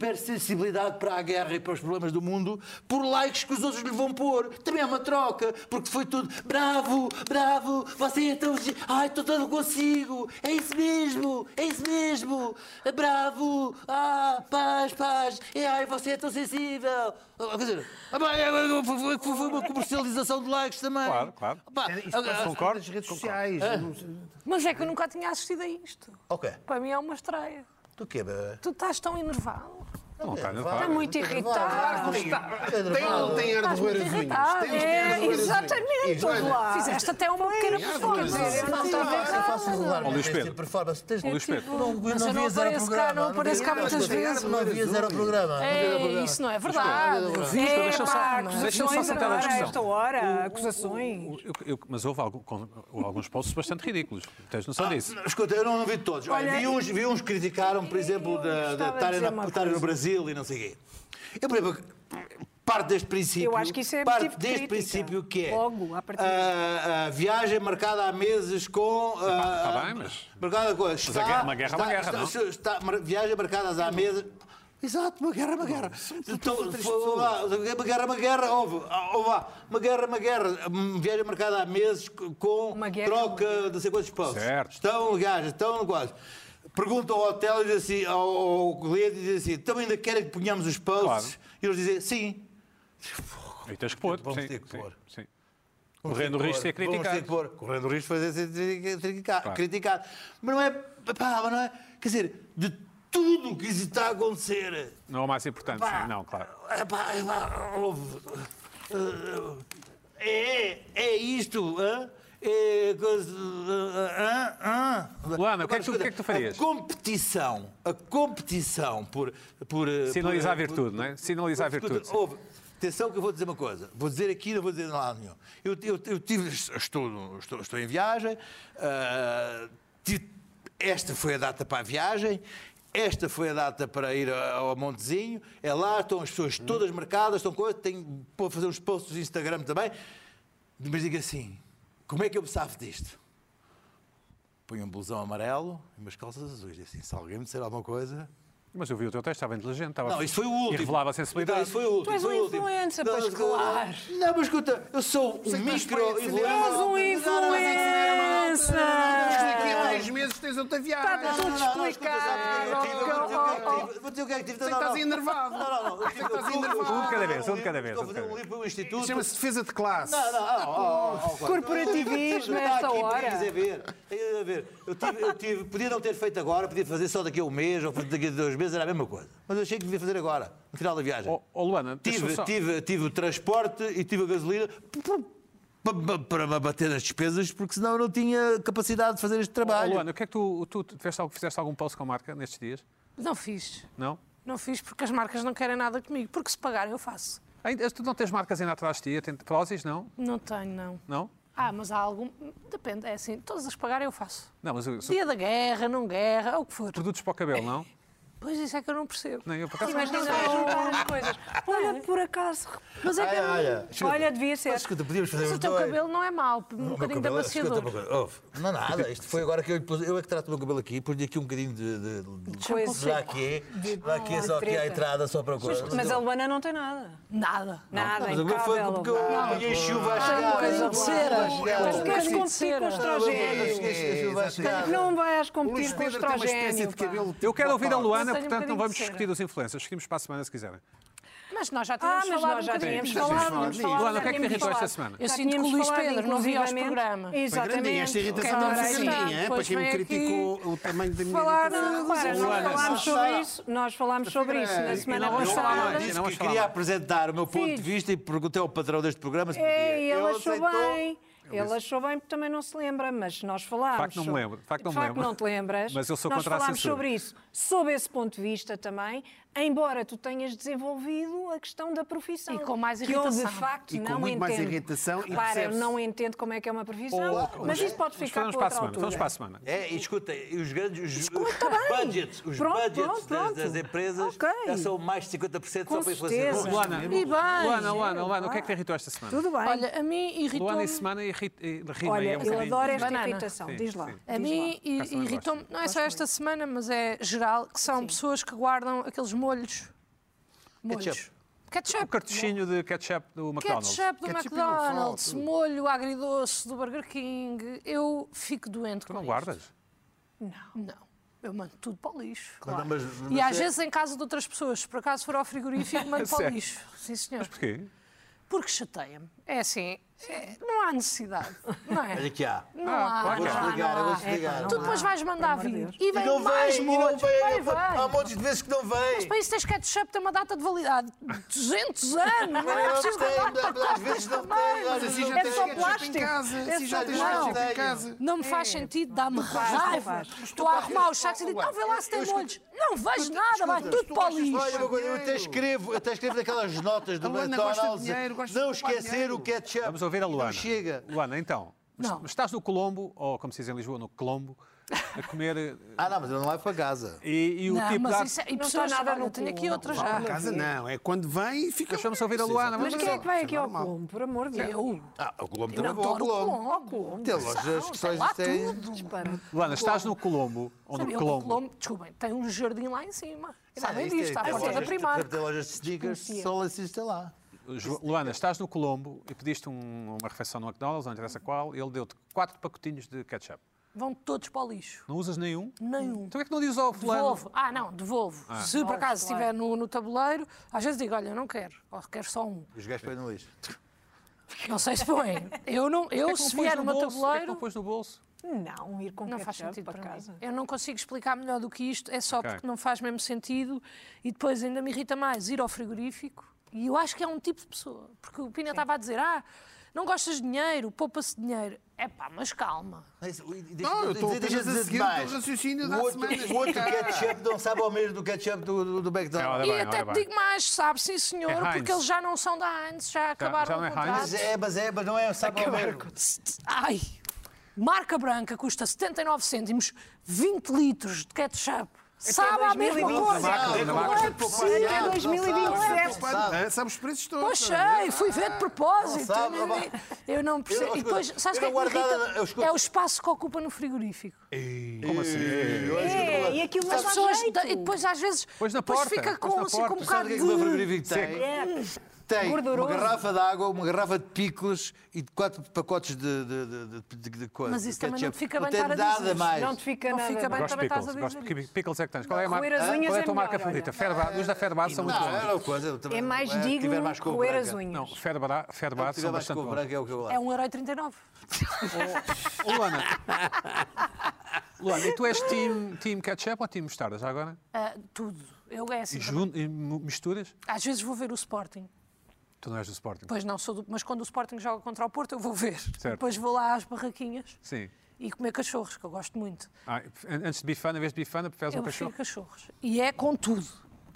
S5: hipersensibilidade para a guerra e para os problemas do mundo por likes que os outros lhe vão pôr. Também é uma troca, porque foi tudo bravo, bravo, você é tão. gi- Ai, estou todo consigo, é isso mesmo, é isso mesmo, é bravo, ah, paz, paz, é, ai, você é tão sensível. Ah, Quer dizer, ah, pá, é, é, foi- foi foi uma comercialização de likes também.
S1: Claro, claro.
S5: Pá,
S2: Isso é um passa
S5: ah,
S2: nas redes sociais. Não-
S6: Mas é que eu nunca tinha assistido a isto.
S5: Ok,
S6: Para mim é uma estreia.
S5: do quê, bebê?
S6: Tu estás tão enervado.
S1: Não está, não
S3: Está
S1: está.
S3: muito irritado. um-
S2: Tem ou não tem ar de
S6: Estás
S2: roer as
S6: muito
S2: unhas?
S6: irritado.
S2: Tem ou não tem ar de
S3: É,
S2: roer as unhas?
S3: exatamente, olha lá.
S6: Fizeste até uma pequena performance.
S3: Eu não estava a ver.
S5: faço regularmente
S1: Ó, Luís
S5: este
S1: Pedro.
S5: tipo de performance. Tens-
S1: Ó, Luís Pedro.
S5: Eu não, eu
S6: Mas
S5: não
S6: eu não
S5: via zero
S6: apareço cá,
S5: programa.
S6: não apareço cá muitas vezes.
S5: Não havia zero programa.
S6: É, isso não é verdade.
S1: Isto,
S3: É,
S1: deixa-me só-
S6: Ah,
S3: pá,
S1: deixa-me só
S3: acusações
S1: saltar a
S3: agora, a
S1: discussão.
S3: esta hora, acusações.
S1: Eu- eu- mas houve, algum- com- houve alguns postos bastante ridículos. Tens
S6: Ah,
S1: noção disso?
S5: Não, Escuta, eu não, não vi todos. Olha,
S3: Olha,
S5: vi, uns, vi uns que criticaram, por exemplo, da- da
S3: gostava de
S5: estarem
S3: dizer
S5: na-
S3: uma
S5: estarem no
S3: coisa.
S5: Brasil e não sei quê. Eu, por exemplo, parte deste princípio.
S3: Eu acho que isso é
S5: Parte
S3: motivo de
S5: deste
S3: crítica.
S5: princípio que é.
S3: Logo, à partida.
S5: a- a viagem marcada há meses com. ah,
S1: tá bem, mas-
S5: Marcada com. Está,
S1: guerra- uma guerra é uma
S5: está-
S1: guerra,
S5: está-
S1: não?
S5: está- mar- viagem marcada há meses. Exato, uma
S1: É
S5: guerra, uma guerra. Então, foi lá, uma guerra, uma guerra, houve, houve lá, uma guerra, uma guerra, um viagem marcada há meses com
S3: Uma guerra,
S5: troca de não sei quantos pontos.
S1: Certo.
S5: Estão ligados, estão negócios. Pergunta ao hotel e diz assim, ao, ao cliente e diz assim, então ainda querem que ponhamos os posts?
S1: Claro.
S5: E eles dizem, sim.
S1: E tens que pôr.
S5: Vamos
S1: sim,
S5: ter que
S1: sim,
S5: pôr.
S1: sim. Correndo o risco é de ser
S5: Vamos ter
S1: criticado.
S5: que pôr. Correndo o risco de fazer ser critica-
S1: Claro.
S5: criticado. Mas não é, pá, mas não é, quer dizer, de tudo o que isso está a acontecer,
S1: Não é o mais importante,
S5: Pá.
S1: sim, não, claro.
S5: É, pá, é, pá, ouve. é, é isto, hã? É coisa. eh, hã? Hã?
S1: Luana, o que é que tu-
S5: Agora,
S1: o que é que tu farias?
S5: A competição, a competição por. por eh,
S1: Sinalizar
S5: por, eh, por-
S1: virtude, não é? Sinalizar
S5: Escuta,
S1: virtude, sim.
S5: ouve, atenção que eu vou dizer uma coisa. Vou dizer aqui, não vou dizer em lado nenhum. Eu, eu, eu tive, estou, estou, estou em viagem. ah, tive- esta foi a data para a viagem. Esta foi a data para ir a- ao Montezinho. É lá, estão as pessoas
S1: Hum.
S5: todas marcadas, estão coisas. Tenho para fazer uns posts no Instagram também. Mas digo assim, como é que eu me safo disto? Ponho um blusão amarelo e umas calças azuis. Assim, se alguém me disser alguma coisa,
S1: Mas eu vi o teu texto, estava inteligente. Estava
S5: não, isso foi o último.
S1: E revelava a
S5: Não,
S1: sensibilidade.
S5: isso foi o último.
S6: és
S5: foi
S6: um
S5: o último.
S6: influencer, pois,
S5: mas-
S6: claro.
S5: Não, mas escuta, eu sou um
S2: que estás para
S5: micro
S2: defender
S5: influencer.
S2: a
S3: um
S2: malta. Daqui a
S5: Não,
S2: dois meses tens outra viagem.
S5: não, não, não, não, escuta, sabes o que é que eu tive? Eu vou dizer o que é que tive. Vou dizer o que é que tive. Não, não,
S2: estás
S5: não.
S2: enervado.
S5: Não, não, não. Eu tive-
S2: estás
S5: eu- eu-
S2: enervado.
S1: Um de cada vez, um de cada vez,
S5: Estou a
S1: um de
S5: fazer
S1: cada
S5: um livro para o Instituto.
S2: Chama-se defesa de classe.
S5: Não, não, ah, ah, ah, ah, claro.
S6: Corporativismo a
S5: Está
S6: esta
S5: aqui,
S6: hora.
S5: Tens a ver, tens a ver. Eu tive, eu tive- podia não ter feito agora, podia fazer só daqui a um mês ou daqui a dois meses, era a mesma coisa. Mas eu achei que devia fazer agora, no final da viagem.
S1: Ó ó, Luana,
S5: Tive,
S1: deixa-me só-
S5: tive, tive o transporte e tive a gasolina p- p- para, para me bater as despesas, porque senão eu não tinha capacidade de fazer este
S1: Ó,
S5: trabalho.
S1: Luana, o que é que tu, tu tiveste algo, fizeste algum post com a marca nestes dias?
S6: Não fiz.
S1: Não?
S6: Não fiz porque as marcas não querem nada comigo. Porque se pagarem, eu faço.
S1: Ainda, tu não tens marcas ainda atrás de ti? Tem- Prozis, não?
S6: Não tenho, não.
S1: Não?
S6: Ah, mas há algum. Depende, é assim. Todas as que pagarem, eu faço.
S1: Não, mas eu- são
S6: Dia da guerra, não guerra, ou o que for.
S1: produtos para o cabelo, não?
S6: Pois isso é que eu não percebo.
S1: Não, eu por acaso...
S6: Imagina juntar as coisas.
S3: Olha, por acaso.
S6: Mas é que eu não-
S5: olha, escuta.
S3: Olha, devia ser.
S5: Mas escuta, podíamos fazer
S6: Mas o
S5: os
S6: teu
S5: dois.
S6: cabelo não é mau, um
S5: O meu
S6: bocadinho de
S5: cabelo- é- escuta,
S6: amaciador.
S5: uma coisa, ouve, Não, nada, isto foi agora que eu lhe pus. Eu é que trato o meu cabelo aqui, pus-lhe aqui um bocadinho de. de, de, de
S3: coisa.
S5: lá aqui, lá aqui, só aqui à entrada, só para coisa.
S3: Mas a Luana não tem nada.
S6: Nada.
S3: Nada,
S5: Mas o meu foi
S3: impecável.
S5: porque eu apanhei chuva a chegar.
S6: bocadinho de cera.
S3: Mas
S6: Um
S3: não queres
S6: bocadinho de
S3: competir com
S6: cera.
S3: o estrogênio. Não vais
S2: O Luís
S3: competir com o
S2: Pedro tem uma espécie
S3: estrogênio.
S2: de cabelo.
S1: Eu quero ouvir a Luana,
S6: Mas tenho um
S1: portanto não
S6: bocadinho
S1: vamos
S6: de cera.
S1: discutir os influencers. Discutimos para a semana se quiserem.
S6: Mas nós já
S3: Ah,
S6: tínhamos
S3: mas
S6: falado
S3: nós
S6: um
S3: já
S6: bocadinho.
S3: tínhamos
S1: Sim,
S3: falado.
S1: sim.
S3: tínhamos falado,
S1: Luana, o que é que te
S3: tínhamos
S1: irritou esta
S3: falado.
S1: semana?
S6: Eu
S3: Já
S6: sinto que o
S3: tínhamos
S6: Luís
S3: falado,
S6: Pedro não via este
S3: inclusivamente.
S6: programa.
S2: Grandinha, esta
S3: Exatamente. então,
S2: irritação
S6: Ora,
S2: não foi
S6: aí está.
S2: grandinha, hein? para
S6: Pois
S2: quem me
S6: vem aqui.
S2: criticou o tamanho da minha
S3: Falar,
S2: irritação.
S3: repara, nós
S1: Luana,
S3: falámos
S5: só-
S3: sobre isso. Nós falámos sobre isso na semana
S1: é não vamos
S5: Eu
S1: falar
S3: passada.
S1: mais.
S5: disse
S1: não
S5: que
S1: vamos falar
S5: queria
S1: mais.
S5: apresentar o meu ponto de
S3: Fiz.
S5: vista e perguntei ao patrão deste programa se podia.
S3: Ei, ele achou
S5: aceitou.
S3: bem. Ele achou bem porque também não se lembra, mas nós falámos.
S1: De facto, não me
S3: sobre-
S1: lembro. De facto, não me lembro.
S3: te lembras.
S1: Mas eu sou
S3: nós
S1: contra a
S3: falámos
S1: censura.
S3: sobre isso, sob esse ponto de vista também, embora tu tenhas desenvolvido a questão da profissão.
S6: E com mais
S3: que eu, de
S6: irritação.
S3: facto,
S2: E com
S3: não
S2: muito
S3: entendo.
S2: mais irritação e
S3: Repara, eu
S2: percebe-se.
S3: não entendo como é que é uma profissão, mas isso pode
S1: Mas falamos
S3: ficar para
S1: para um a semana.
S3: outra
S1: Falamos
S3: altura.
S1: para a semana.
S5: É, e escuta, e os grandes os, os
S3: tá bem.
S5: budgets, os
S3: Pronto,
S5: budgets
S3: pronto,
S5: das-
S3: pronto.
S5: Das, empresas
S3: Ok.
S5: já são mais de 50% só
S3: Com
S5: para a
S3: certeza.
S5: inflação.
S1: Luana,
S3: E bem,
S1: Luana, Luana, Luana, o que é que te irritou esta semana?
S3: Tudo bem.
S6: Olha, a mim irritou.
S1: Luana, e semana irrita- rima
S3: Olha,
S1: aí um
S3: eu
S1: bocadinho.
S3: adoro esta
S6: Banana.
S3: irritação.
S1: Sim,
S3: Diz lá.
S1: sim.
S6: É, A
S3: diz
S6: mim
S3: lá.
S6: e-
S1: Cá também
S6: irritou-me, não é só esta semana, mas é geral, que são pessoas que guardam aqueles molhos. Molhos.
S5: Ketchup.
S1: O Um cartuchinho de ketchup do McDonald's.
S6: Ketchup do
S2: Ketchup e não
S6: McDonald's,
S2: falta.
S6: molho agridoce do Burger King. Eu fico doente
S1: Tu
S6: com
S1: não
S6: isto.
S1: guardas?
S6: Não. Eu mando tudo para o lixo.
S5: Claro.
S6: claro.
S5: Mas-
S6: e
S5: mas
S6: às
S5: é-
S6: vezes em casa de outras pessoas, se por acaso for ao frigorífico, mando para o
S1: Sério?
S6: lixo. Sim, senhor.
S1: Porquê?
S6: Porque chateia-me. É assim, é- não há necessidade. Não
S5: Mas
S6: é?
S5: aqui há.
S1: Ah,
S6: Não há.
S1: claro.
S5: Vou
S1: Não há,
S5: desligar, eu vou
S3: É,
S5: desligar.
S3: pá,
S6: Tu depois vais mandar
S3: amor de
S6: vir.
S3: Deus.
S6: E
S5: E
S6: vem
S5: não
S6: mais
S5: vem, e não
S6: molhos. Vai,
S5: vem.
S6: vai.
S5: Há montes de vezes que não
S6: Mas
S5: vem.
S6: para isso tens ketchup, tem uma data de validade. 200 anos. Não é
S5: Não
S6: preciso
S5: tem,
S6: comprar
S5: blá, blá, às vezes não tem. às
S2: Mas
S5: vezes
S2: assim
S5: não
S2: já
S5: tem.
S2: tens
S3: só
S2: ketchup em
S3: plástico.
S2: casa.
S3: É
S2: Assim
S3: só
S2: já tens
S5: plástico.
S2: ketchup em casa.
S6: Não me faz sentido, dá-me raiva.
S3: É. faz.
S6: Estou a arrumar os sacos e digo, não, vê lá se tem molhos. Não vejo nada, vai tudo para o
S5: Olha, uma
S6: lixo.
S5: coisa, eu até escrevo, eu até escrevo naquelas notas do
S2: A Luana gosta de
S5: McDonald's.
S2: dinheiro, gosta de
S5: Não
S2: poupar
S5: esquecer
S2: dinheiro.
S5: o ketchup.
S1: Vamos ouvir a Luana.
S5: Não Então chega.
S1: Luana, então.
S6: Não.
S1: Estás no Colombo, ou como se diz em Lisboa, no Colombo, a comer. eh,
S5: Ah, não, mas ele não vai para casa.
S1: E, e o
S6: não,
S1: tipo.
S6: mas
S1: dá-
S6: isso é, e
S3: Não
S6: pessoas
S3: está nada
S6: olha,
S3: no
S6: eu tenho
S3: cu,
S6: aqui
S3: não.
S6: outra
S3: Vá
S6: já.
S2: Para casa não, é quando vem e fica.
S1: Deixamos ouvir a Luana.
S3: Mas
S1: vamos
S3: quem é
S1: lá.
S3: que vai aqui ao
S2: normal.
S3: Colombo, por amor de Deus?
S6: Eu,
S5: Ah, o Colombo
S6: eu
S5: também vai ao
S6: adoro
S5: Colombo.
S6: Colombo. Colombo.
S5: Tem lojas
S6: Não,
S5: que
S6: tem
S5: só
S6: lá
S5: existem-
S6: tudo.
S3: Disparo.
S1: Luana, estás no Colombo ou
S6: Sabe,
S1: no
S6: eu vou ao
S1: Colombo?
S6: Colombo, desculpem, tem um jardim lá em cima. E Está
S5: Sabe,
S6: bem
S5: isto é-
S6: visto, está à
S5: tem
S6: porta Tá da
S5: lojas-
S6: primária.
S5: Tem lojas de sneakers, só assiste lá.
S1: Jo- Luana, estás no Colombo e pediste um- uma refeição no McDonald's, não interessa qual, e ele deu-te quatro pacotinhos de ketchup.
S6: Vão todos para o lixo.
S1: Não usas nenhum?
S6: Nenhum.
S1: Então é que não dizes ao fulano?
S6: Devolvo. Ah, não, devolvo. Se por acaso estiver no, no tabuleiro, às vezes digo, olha, não quero. Ou quero só um.
S5: Os gajos põem no lixo.
S6: Não sei se põem. Eu, não,
S1: Porquê é que
S6: eu
S1: não
S6: se
S1: pões
S6: vier
S1: no
S6: no meu
S1: bolso? Porquê é que
S6: tabuleiro,
S1: não pões no bolso?
S3: Não, ir com
S6: Não faz
S3: ketchup
S6: sentido
S3: para
S6: para
S3: casa.
S6: mim. Eu não consigo explicar melhor do que isto, é só
S1: Ok.
S6: porque não faz mesmo sentido e depois ainda me irrita mais ir ao frigorífico. E eu acho que é um tipo de pessoa, porque o Pina estava a dizer: ah, não gostas de dinheiro, poupa-se dinheiro. É pá, mas calma.
S5: Mas, e deixa-
S2: Não, eu estou
S5: deixa- deixa
S2: apenas a
S5: dizer
S2: seguir o
S5: demais.
S2: teu raciocínio da
S5: O outro-
S2: semana, <laughs>
S5: O outro
S2: cara.
S5: ketchup não sabe ao mesmo do ketchup do, do, do McDonald's.
S1: Ora
S6: e
S1: bem,
S6: até
S1: ora
S6: te
S1: bem.
S6: digo mais, sabe, sim senhor,
S1: É Heinz.
S6: porque eles já não são da Heinz, já acabaram
S1: já não é
S6: o contrato.
S1: Heinz?
S5: Mas é, mas é, mas não é, sabe ao mesmo.
S6: Ai! Marca branca custa 79 cêntimos, 20 litros de ketchup. Sabe a mesma
S3: 2020.
S6: coisa.
S1: Macro,
S6: Não
S1: macro.
S6: é possível.
S3: Até 2027.
S2: Sabe, sabe os preços todos.
S6: Pois sei, fui ver de propósito.
S5: Não sabe,
S6: eu nem-
S5: rapaz.
S6: eu não percebo.
S5: Eu-
S6: e depois,
S5: eu
S6: sabes o que é que
S5: não
S6: me
S5: guardo nada, eu
S6: irrita?
S5: escuto.
S6: É o espaço que ocupa no frigorífico.
S1: Como assim?
S3: É, e aquilo
S6: As
S3: não dá
S6: pessoas,
S3: jeito.
S6: e depois às vezes,
S1: Pois na
S6: depois
S1: porta,
S6: fica
S1: pois
S6: com,
S1: na
S6: assim, com um
S1: porta.
S5: Sabe o
S6: bocado
S5: que é que o meu
S6: de...
S5: frigorífico tem?
S3: É.
S5: Tem
S3: Gorduroso.
S5: uma garrafa de água, uma garrafa de picos e de quatro pacotes de, de, de, de, de, de coisa.
S6: Mas isso
S5: de
S6: também não
S5: ketchup.
S6: te fica bem
S5: tem
S6: estar a
S5: nada
S6: dizer.
S5: mais.
S3: Não te fica
S6: Não
S3: nada
S6: fica
S3: bem.
S6: bem.
S1: Gosto de
S6: também estás
S1: pickles.
S6: a dizer
S1: Gosto de
S6: isso.
S1: que pickles é que tens. Qual é a, mar...
S3: Roer as
S1: Hã?
S3: unhas
S1: Qual é a
S3: é
S1: tua marca
S3: melhor,
S1: favorita?
S3: olha.
S1: Ferba... Os da Ferbar são muito
S5: Não,
S1: bons.
S5: era uma coisa. eu também-
S3: É mais
S5: é,
S3: digno
S5: tiver mais cor
S3: roer as um
S5: branca.
S1: Não,
S3: unhas.
S1: Ferbar, Ferbar
S5: Se tiver
S1: são
S5: mais
S1: bastante
S5: cor
S1: bons.
S5: branca é o que eu
S6: É
S5: gosto.
S6: 1,39€.
S1: Ô, Luana, Luana, e tu és team, team ketchup ou team mostarda já agora?
S6: Ah, tudo. Eu é assim.
S1: E, jun... e mu- misturas?
S6: Às vezes vou ver o Sporting.
S1: Tu não és do Sporting.
S6: Pois não, sou do- mas quando o Sporting joga contra o Porto, eu vou ver.
S1: Certo.
S6: Depois vou lá às barraquinhas
S1: Sim.
S6: e comer cachorros, que eu gosto muito.
S1: Ah, antes de bifana, em vez de bifana, preferes
S6: eu
S1: um
S6: prefiro
S1: cachorro?
S6: cachorros. E é com tudo.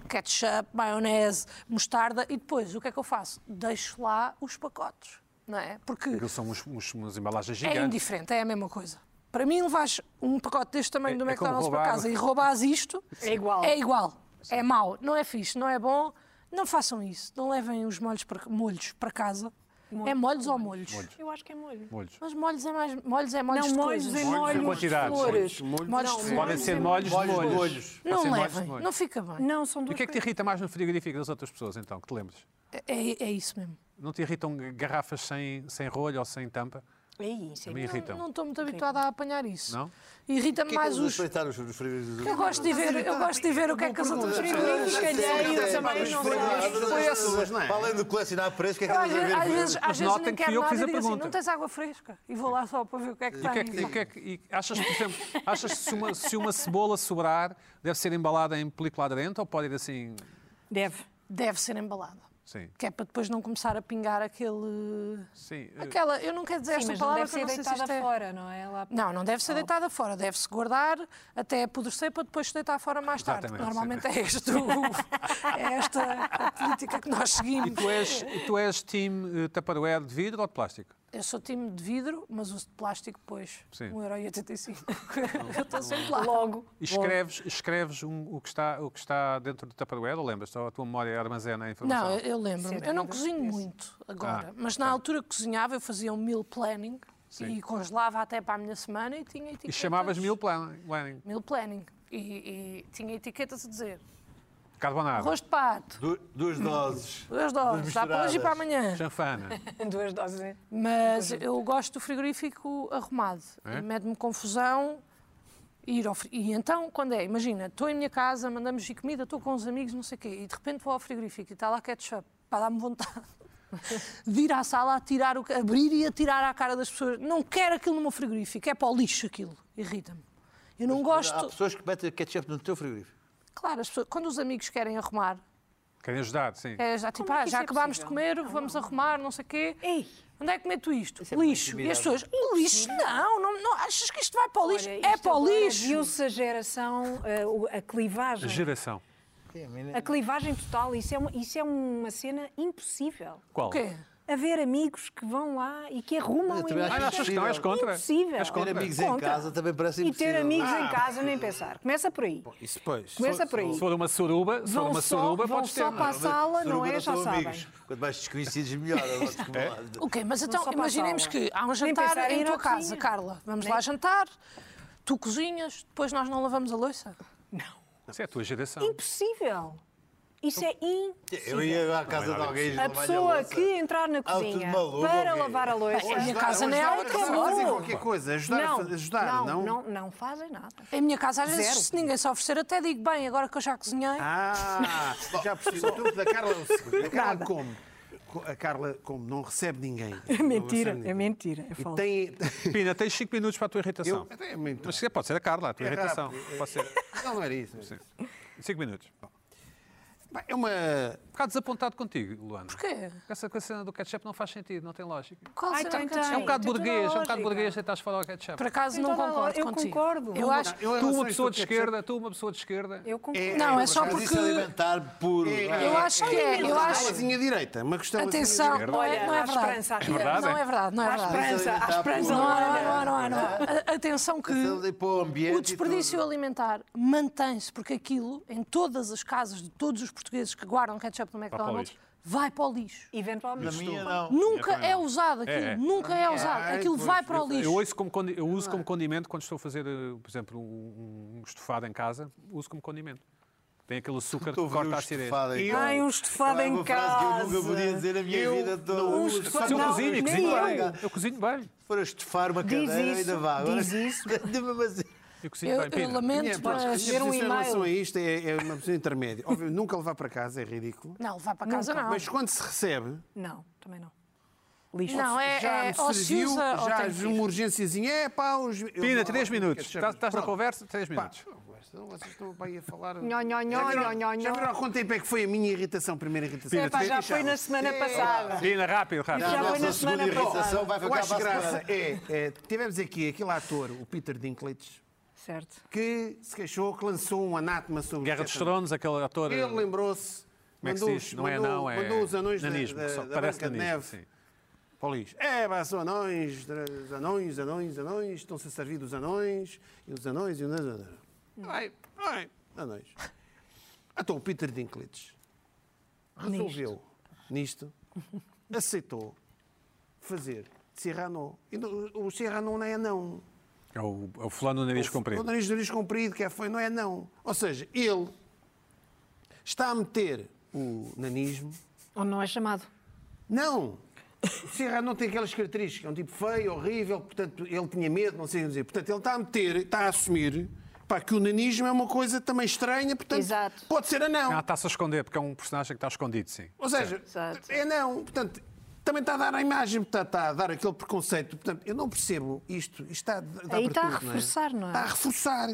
S6: Ketchup, maionese, mostarda e depois o que é que eu faço? Deixo lá os pacotes, não é? Porque
S1: Aquilo são uns, uns- umas embalagens
S6: é
S1: gigantes.
S6: indiferente, é a mesma coisa. Para mim, levas um pacote deste tamanho
S1: É-
S6: do
S1: é como
S6: McDonald's para
S1: roubar.
S6: casa e roubas isto,
S3: É igual.
S6: É igual. É mau, não é fixe, não é bom. Não façam isso. Não levem os molhos para, molhos para casa. É molhos ou molhos?
S3: Eu acho que é molho.
S1: Molhos.
S6: Mas molhos é mais. Molhos é molhos
S3: Não,
S6: de
S3: molhos
S6: coisas.
S3: em
S1: Molhos de
S3: molhos de
S1: quantidades.
S3: flores.
S6: Molhos de
S3: Não,
S6: flores.
S1: Podem ser molhos de
S5: Molhos de
S1: molhos.
S5: molhos.
S1: Podem
S6: Não
S1: ser molhos de
S6: levem,
S1: molhos.
S6: não fica bem.
S3: Não, são
S1: E
S3: duas
S1: o que é que te irrita mais no frigorífico das outras pessoas, então, que te lembres?
S6: É, é isso mesmo.
S1: Não te irritam garrafas sem, sem rolho ou sem tampa?
S3: coisas. É isso,
S1: A
S3: é
S1: mim irritam.
S6: Não estou muito habituada a apanhar isso.
S1: Não?
S6: Irrita-me mais
S5: Mas os
S6: os.
S5: respeitar os os frigoríficos.
S6: Eu gosto de ver, eu gosto de ver o que é que as outras
S3: pergunta.
S6: pessoas.
S3: frigorífico alheio também não sei.
S5: Para além do colecionar preço, o que é que
S6: Às
S5: elas vão
S6: vezes,
S5: ver?
S6: às vezes, às vezes
S1: notem
S6: nem
S1: que
S6: quero
S1: fui eu que
S6: nada
S1: fiz a
S6: e digo assim,
S1: pergunta.
S6: não tens água fresca? E vou lá só para ver o que é que
S1: E o que é
S6: tem.
S1: que, e o que é que- e achas, por exemplo, <laughs> achas que se uma, se uma cebola sobrar, deve ser embalada em película aderente ou pode ir assim?
S3: Deve.
S6: Deve ser embalada.
S1: Sim.
S6: Que é para depois não começar a pingar aquele.
S1: Sim. eh,
S6: Aquela, eu não quero dizer
S3: Sim,
S6: esta
S3: mas não
S6: palavra
S3: deve
S6: porque eu
S3: ser
S6: não sei se
S3: deitada
S6: isto é.
S3: fora, não é? Lá-
S6: Não, não deve ser deitada fora, deve-se guardar até apodrecer para depois se deitar fora mais tarde.
S1: Exatamente,
S6: Normalmente é, este o- <laughs> é esta a política que nós
S1: E
S6: seguimos.
S1: tu és, e tu és time eh, Tupperware de vidro ou de plástico?
S6: Eu sou time de vidro, mas uso de plástico, pois.
S1: Sim. <laughs>
S6: 1,85€. Eu estou sempre lá.
S3: Logo.
S1: E escreves, escreves um- o, que está, o que está dentro do Tupperware ou lembras? Ou a tua memória armazena a informação?
S6: Não, eu, eu lembro-me.
S3: Isso é
S6: Eu não
S3: tudo,
S6: cozinho
S3: isso.
S6: muito agora,
S1: Ah,
S6: mas na altura que cozinhava eu fazia um meal planning e congelava até para a minha semana e tinha etiquetas.
S1: E chamavas mil plan- planning.
S6: Meal planning. E, e tinha etiquetas a dizer
S1: Carbonara,
S6: arroz de pato,
S5: Du- Duas doses.
S6: duas doses, dá para hoje e para amanhã.
S1: chanfana.
S3: Duas doses, é?
S6: Mas eu gosto do frigorífico arrumado.
S1: É?
S6: E mete-me confusão ir ao fri- E então, quando é? Imagina, estou em minha casa, mandamos vir comida, estou com uns amigos, não sei o quê, e de repente vou ao frigorífico e está lá ketchup, para dar-me vontade. <laughs> De ir à sala, a tirar o... abrir e atirar à cara das pessoas. Não quero aquilo no meu frigorífico, é para o lixo aquilo. Irrita-me. Eu não
S5: Há
S6: gosto.
S5: pessoas que metem ketchup no teu frigorífico.
S6: Claro, as pessoas- quando os amigos querem arrumar,
S1: Querem ajudar, sim.
S6: é já tipo,
S3: Como é que
S6: ah,
S3: isso
S6: já
S3: é
S6: acabámos de
S3: possível?
S6: comer, vamos arrumar, não sei o quê.
S3: Ei.
S6: Onde é que meto isto?
S5: é muito
S6: lixo. E as
S5: intimidante.
S6: pessoas, lixo não, não, não, achas que isto vai para o lixo?
S3: Olha,
S6: é
S3: isto
S6: para o
S3: agora
S6: lixo.
S3: Viu-se a geração, eh, o- a clivagem.
S1: Geração.
S5: Sim, a minha-
S3: A clivagem total, isso é uma, isso é uma cena impossível.
S1: Qual?
S6: O quê?
S3: haver amigos que vão lá e que arrumam
S5: Eu também
S1: Ah, não achas que não? És contra?
S3: Impossível.
S1: És
S5: Ter
S1: contra? Ah.
S5: amigos em
S3: Contra.
S5: casa também parece
S3: E
S5: impossível.
S3: ter amigos em casa, nem pensar. Começa por aí.
S2: Isso, pois.
S3: Começa por aí.
S1: Se for uma suruba, se for
S3: Vão
S1: uma
S3: só-
S1: suruba,
S3: vão
S1: podes ter.
S3: só para a sala, não é? Já
S5: são
S3: sabem.
S5: amigos. Quanto mais desconhecidos, melhor. é Eu
S2: <laughs>
S5: gosto de falar.
S6: Ok, mas
S3: só
S6: então
S3: para a
S6: imaginemos
S3: sala.
S6: que há um
S3: Nem
S6: jantar
S3: pensar em
S6: em
S3: ir
S6: tua
S3: à
S6: casa,
S3: cozinha.
S6: Carla. Vamos
S3: Nem-
S6: lá jantar, tu cozinhas, depois nós não lavamos a louça.
S1: Isso é a tua geração.
S3: Impossível. Isso é
S5: Eu
S3: impossível.
S5: ia à casa de alguém e
S3: A
S5: lavar-lhe
S3: pessoa
S5: louça.
S3: que entrar na
S5: Ah, tudo
S3: cozinha
S5: maluco,
S3: para
S5: ok.
S3: lavar a louça.
S6: Bem, a minha casa não é
S3: ajudar,
S6: outra
S3: acabou.
S2: Fazem qualquer coisa, ajudar, a fa- ajudar não?
S3: não, não, não fazem nada.
S6: Em minha casa, às vezes,
S3: Zero.
S6: se ninguém se oferecer, até digo, bem, agora que eu já cozinhei,
S2: Ah, já percebi. O truque da
S6: <laughs>
S2: Carla é o seguinte. A Carla como? Co- A Carla como? Não recebe ninguém.
S3: É mentira,
S2: Não recebe
S3: é
S2: ninguém.
S3: mentira. É
S2: E
S3: falso.
S1: <laughs>
S2: tem...
S1: Pina, tens 5 minutos para a tua irritação.
S2: Eu... Até é mentira.
S1: Mas se- pode ser a Carla, a tua
S2: É
S1: irritação.
S2: rápido, é-
S1: Pode ser.
S2: Não, não era isso. não era isso.
S1: 5 minutos.
S2: Pá, É uma...
S1: Um bocado desapontado contigo, Luana.
S6: porquê?
S1: Essa coisa cena do ketchup não faz sentido, não tem lógica.
S6: Qual
S3: Ai,
S6: será
S3: tem-
S6: que eu
S3: tem.
S1: É um
S6: tenho?
S1: bocado
S3: tem toda a
S1: burguês, é um bocado
S3: lógica.
S1: burguês deitar fora o ketchup.
S6: Por acaso
S3: Tem
S6: não
S3: toda a
S6: concordo
S3: lógica. Eu
S6: contigo.
S3: concordo.
S6: Eu acho...
S2: Eu,
S1: Tu, uma
S2: em relação a
S1: pessoa
S2: isto do
S1: de
S2: ketchup,
S1: esquerda, tu, uma pessoa de esquerda.
S3: Eu concordo.
S6: Não, é só
S5: Mas isso
S6: porque...
S5: é alimentar puro.
S2: É,
S6: Eu acho que é, eu
S2: Uma
S6: acho...
S2: costelazinha direita, uma assim costelazinha
S6: Atenção,
S2: direita.
S6: não é, não é
S3: Olha, há esperança
S6: verdade.
S3: aqui. É
S1: verdade,
S6: Não
S1: é?
S6: é verdade, não é
S3: Há
S6: verdade.
S3: esperança, há esperança.
S6: Não há, não
S3: Olha,
S6: há, não há, não há. A- Atenção que
S5: Aquilo de ir para o ambiente
S6: o
S5: e
S6: desperdício
S5: tudo.
S6: alimentar mantém-se, porque aquilo, em todas as casas de todos os portugueses que guardam ketchup no
S1: para o
S6: McDonald's,
S1: lixo.
S6: vai para o lixo.
S5: Na
S3: Eventualmente.
S5: minha, não.
S3: Hum?
S6: Nunca
S1: também
S6: é
S1: não.
S6: usado aquilo,
S1: É, é.
S6: nunca é usado. Aquilo vai para o
S1: Eu,
S6: lixo.
S1: ouço como condi- eu
S3: é.
S1: uso como condimento quando estou a fazer, eh, por exemplo, um, um estofado em casa, uso como condimento. Tem aquele açúcar
S5: Estou
S1: que
S5: a ver
S1: corta
S5: um
S1: a acidez.
S5: estofado em casa.
S3: Ai, um estofado
S5: É uma
S3: em
S5: frase que eu nunca podia
S3: casa.
S5: dizer na minha vida toda. um
S3: não uso
S5: Se
S1: Mas eu
S3: Não,
S1: cozinho, eu
S3: nem
S1: cozinho
S3: eu.
S1: bem. Eu cozinho bem.
S5: for a estofar uma
S3: Diz
S5: cadeira,
S3: isso,
S5: ainda vá. Agora-
S3: diz
S5: <laughs>
S3: isso.
S5: Mesmo assim.
S1: Eu cozinho
S6: Eu,
S1: bem,
S6: eu
S1: Pina.
S2: Minha,
S6: lamento,
S2: pronto, a
S6: mas...
S2: minha
S3: ver um
S2: posição em relação
S3: e-mail.
S2: a isto é, é uma posição intermédia. Óbvio, nunca levar para casa, é ridículo.
S6: Não, vai para casa não.
S2: Mas quando se recebe,
S3: Não, também não. Lixo.
S6: Não, é,
S2: já
S6: é
S2: me
S6: ou se
S2: serviu,
S6: usa ou
S2: já
S6: tem
S2: houve
S6: que
S2: uma
S6: ir.
S2: urgênciazinha. É pá, os... eu
S1: Pina,
S2: não-
S1: 3 minutos. tá, Estás, estás na
S2: Pronto.
S1: conversa? 3
S2: Pá,
S1: minutos.
S2: não, Então, vocês estão bem a falar.
S3: Nho, nho, nho,
S2: já
S3: nho, nho,
S2: viram,
S3: nho.
S2: já viram há quanto tempo é que foi a minha irritação, primeira irritação? É,
S3: Epá, já foi na semana passada.
S1: Pina, rápido, rápido.
S3: Já foi
S5: A nossa
S3: na
S5: segunda
S3: semana
S5: irritação
S3: passada.
S5: vai
S2: Eu
S5: ficar
S2: acho
S5: para a
S2: graça
S5: semana.
S2: é, é, tivemos aqui aquele ator, o Peter Dinklage,
S3: Certo.
S2: que se queixou que lançou um anátema sobre
S1: Guerra
S2: o
S1: dos
S2: Stefan
S1: Tronos, aquele ator.
S2: Ele lembrou-se.
S1: Como é que se
S2: mandou
S1: diz?
S2: os-
S1: Não é
S2: mandou-
S1: não, é
S2: Mandou os anões da,
S1: nanismo.
S2: da,
S1: só
S2: da
S1: parece
S2: Branca de
S1: nanismo,
S2: Neve
S1: sim.
S2: para o lixo. É, pá, são anões, tra- anões, anões, anões, estão-se a servir dos anões, e os anões, e os anões. Ai, ai, anões. Então o Peter Dinklage resolveu, nisto, aceitou fazer Serrano. E não- O Serrano não é não.
S1: É o, é o fulano do nariz
S2: O
S1: comprido.
S2: nariz do nariz comprido, que é foi, não é não. Ou seja, ele está a meter o nanismo.
S3: Ou não é chamado.
S2: Não! O Serra não tem aquelas características, é um tipo feio, horrível, portanto ele tinha medo, não sei o que dizer. Portanto, ele está a meter, está a assumir pá, que o nanismo é uma coisa também estranha, portanto
S3: Exato.
S2: pode ser anão.
S1: Ah, está-se a esconder, porque é um personagem que está escondido, sim.
S2: Ou seja,
S3: Exato.
S2: é não. Portanto, também está a dar a imagem, está, está a dar aquele preconceito. Portanto, eu não percebo isto. Isto está a dar
S3: Aí
S2: para
S3: está a
S2: tudo,
S3: reforçar, não é? Uhum.
S2: Está a reforçar.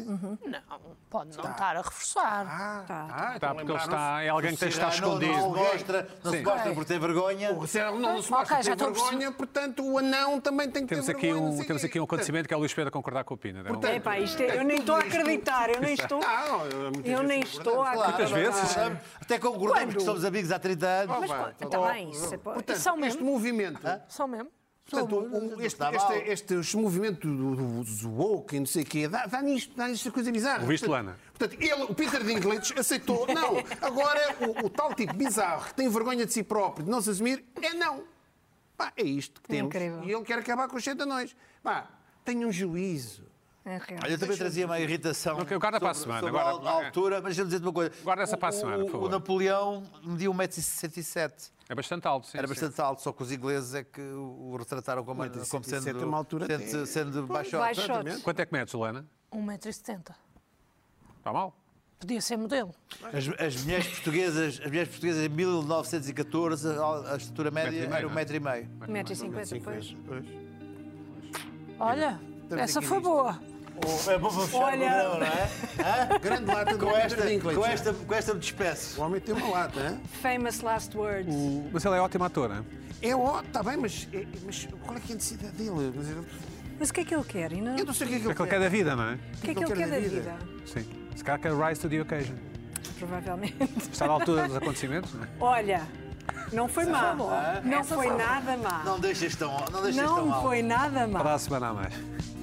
S6: Não, pode não estar a reforçar.
S2: Ah,
S3: Tá.
S2: ah, então
S1: Está, porque ele
S2: lembraram-se.
S1: está, é alguém que tem que estar
S5: Ah, não-
S1: escondido.
S5: Não se mostra, não se
S1: Sim.
S5: mostra por ter vergonha.
S2: O Serra
S3: Então,
S2: não se
S6: Ok,
S2: mostra
S6: já
S2: ter
S6: estou a perceber.
S2: vergonha, portanto o anão também tem que
S1: Temos
S2: ter
S1: aqui,
S2: vergonha. não
S1: um,
S2: sei
S1: temos
S2: quê.
S1: aqui um acontecimento que é o Luís Pedro a concordar com o Pina. não é?
S2: Portanto,
S3: Epá, isto é, eu nem estou a acreditar, eu nem estou.
S2: Não, eu- muitas
S3: Eu
S2: vezes
S3: nem estou a
S5: Claro,
S1: Muitas
S5: não,
S1: vezes.
S5: não, não. Até concordamos
S3: Quando?
S5: que somos amigos há 30 anos.
S3: Mas
S2: Opa,
S3: pô,
S2: então,
S3: tá bem, isso é pô-
S2: Portanto,
S6: São
S2: este
S6: mesmo?
S2: movimento,
S3: Ah?
S6: São mesmo?
S2: portanto, o- este,
S5: Está mal.
S2: este, este, este movimento do, do, do woke e não sei o quê, dá, dá nisto, dá nisto esta coisa bizarra.
S1: Ouviste,
S2: Portanto-
S1: Lana?
S2: Portanto, ele, o Peter Dinklage aceitou, <laughs> não, agora o, o tal tipo bizarro que tem vergonha de si próprio, de não se assumir, é não. Pá, é isto que temos.
S3: Incrível.
S2: E ele quer acabar com os sete anões. Pá, tenha um juízo.
S3: É real.
S5: Olha, eu também trazia uma irritação.
S1: Ok, guarda para a
S5: sobre-
S1: semana,
S5: sobre
S1: guarda-
S5: a al- altura, mas deixa-me dizer uma coisa.
S1: Guarda essa
S5: O-
S1: para a semana,
S5: o-
S1: por favor.
S5: O Napoleão um mediu 1,67m.
S1: É bastante alto, sim.
S5: Era
S1: sim.
S5: bastante alto, só que os ingleses é que o retrataram como, como sendo,
S2: 1,67 é uma altura
S5: sendo,
S2: de-
S5: sendo baixote.
S3: Baixote.
S1: Quanto é que metes, Lana?
S6: 1,70m.
S1: Está mal?
S6: Podia ser modelo.
S5: As, as mulheres portuguesas, as mulheres portuguesas em 1914, a, a estatura média
S1: Metro e meio,
S5: era
S1: não é?
S5: 1,5m.
S3: 1,50m, pois.
S2: Pois.
S6: Olha, essa foi boa.
S5: É bom para fechar
S3: Olha.
S5: o programa,
S3: <laughs>
S5: não é? Hã?
S2: Grande lata do
S5: <laughs> Com esta,
S2: Peter Dinklage.
S5: com esta, com esta me despeço.
S2: O homem tem uma lata, hein?
S3: Famous last words.
S1: Mas ele é ótimo ator, hein?
S2: É ótimo, está bem, mas, é- mas qual é que é a necessidade dele? Mas eu-
S3: Mas o que é que ele quer? E não-
S2: Eu não sei o que é que
S1: É
S2: ele
S1: aquele
S2: quer.
S1: que é da vida, não é?
S3: O que é que ele quer da vida?
S1: Sim. Se calhar quer Rise to é the Occasion.
S3: Provavelmente.
S1: Está na altura dos acontecimentos, não é?
S3: Olha, Não foi má. Não foi nada má.
S5: Não deixas tão, não deixas tão
S3: Não
S5: mal.
S3: foi nada má.
S1: Para a semana a mais.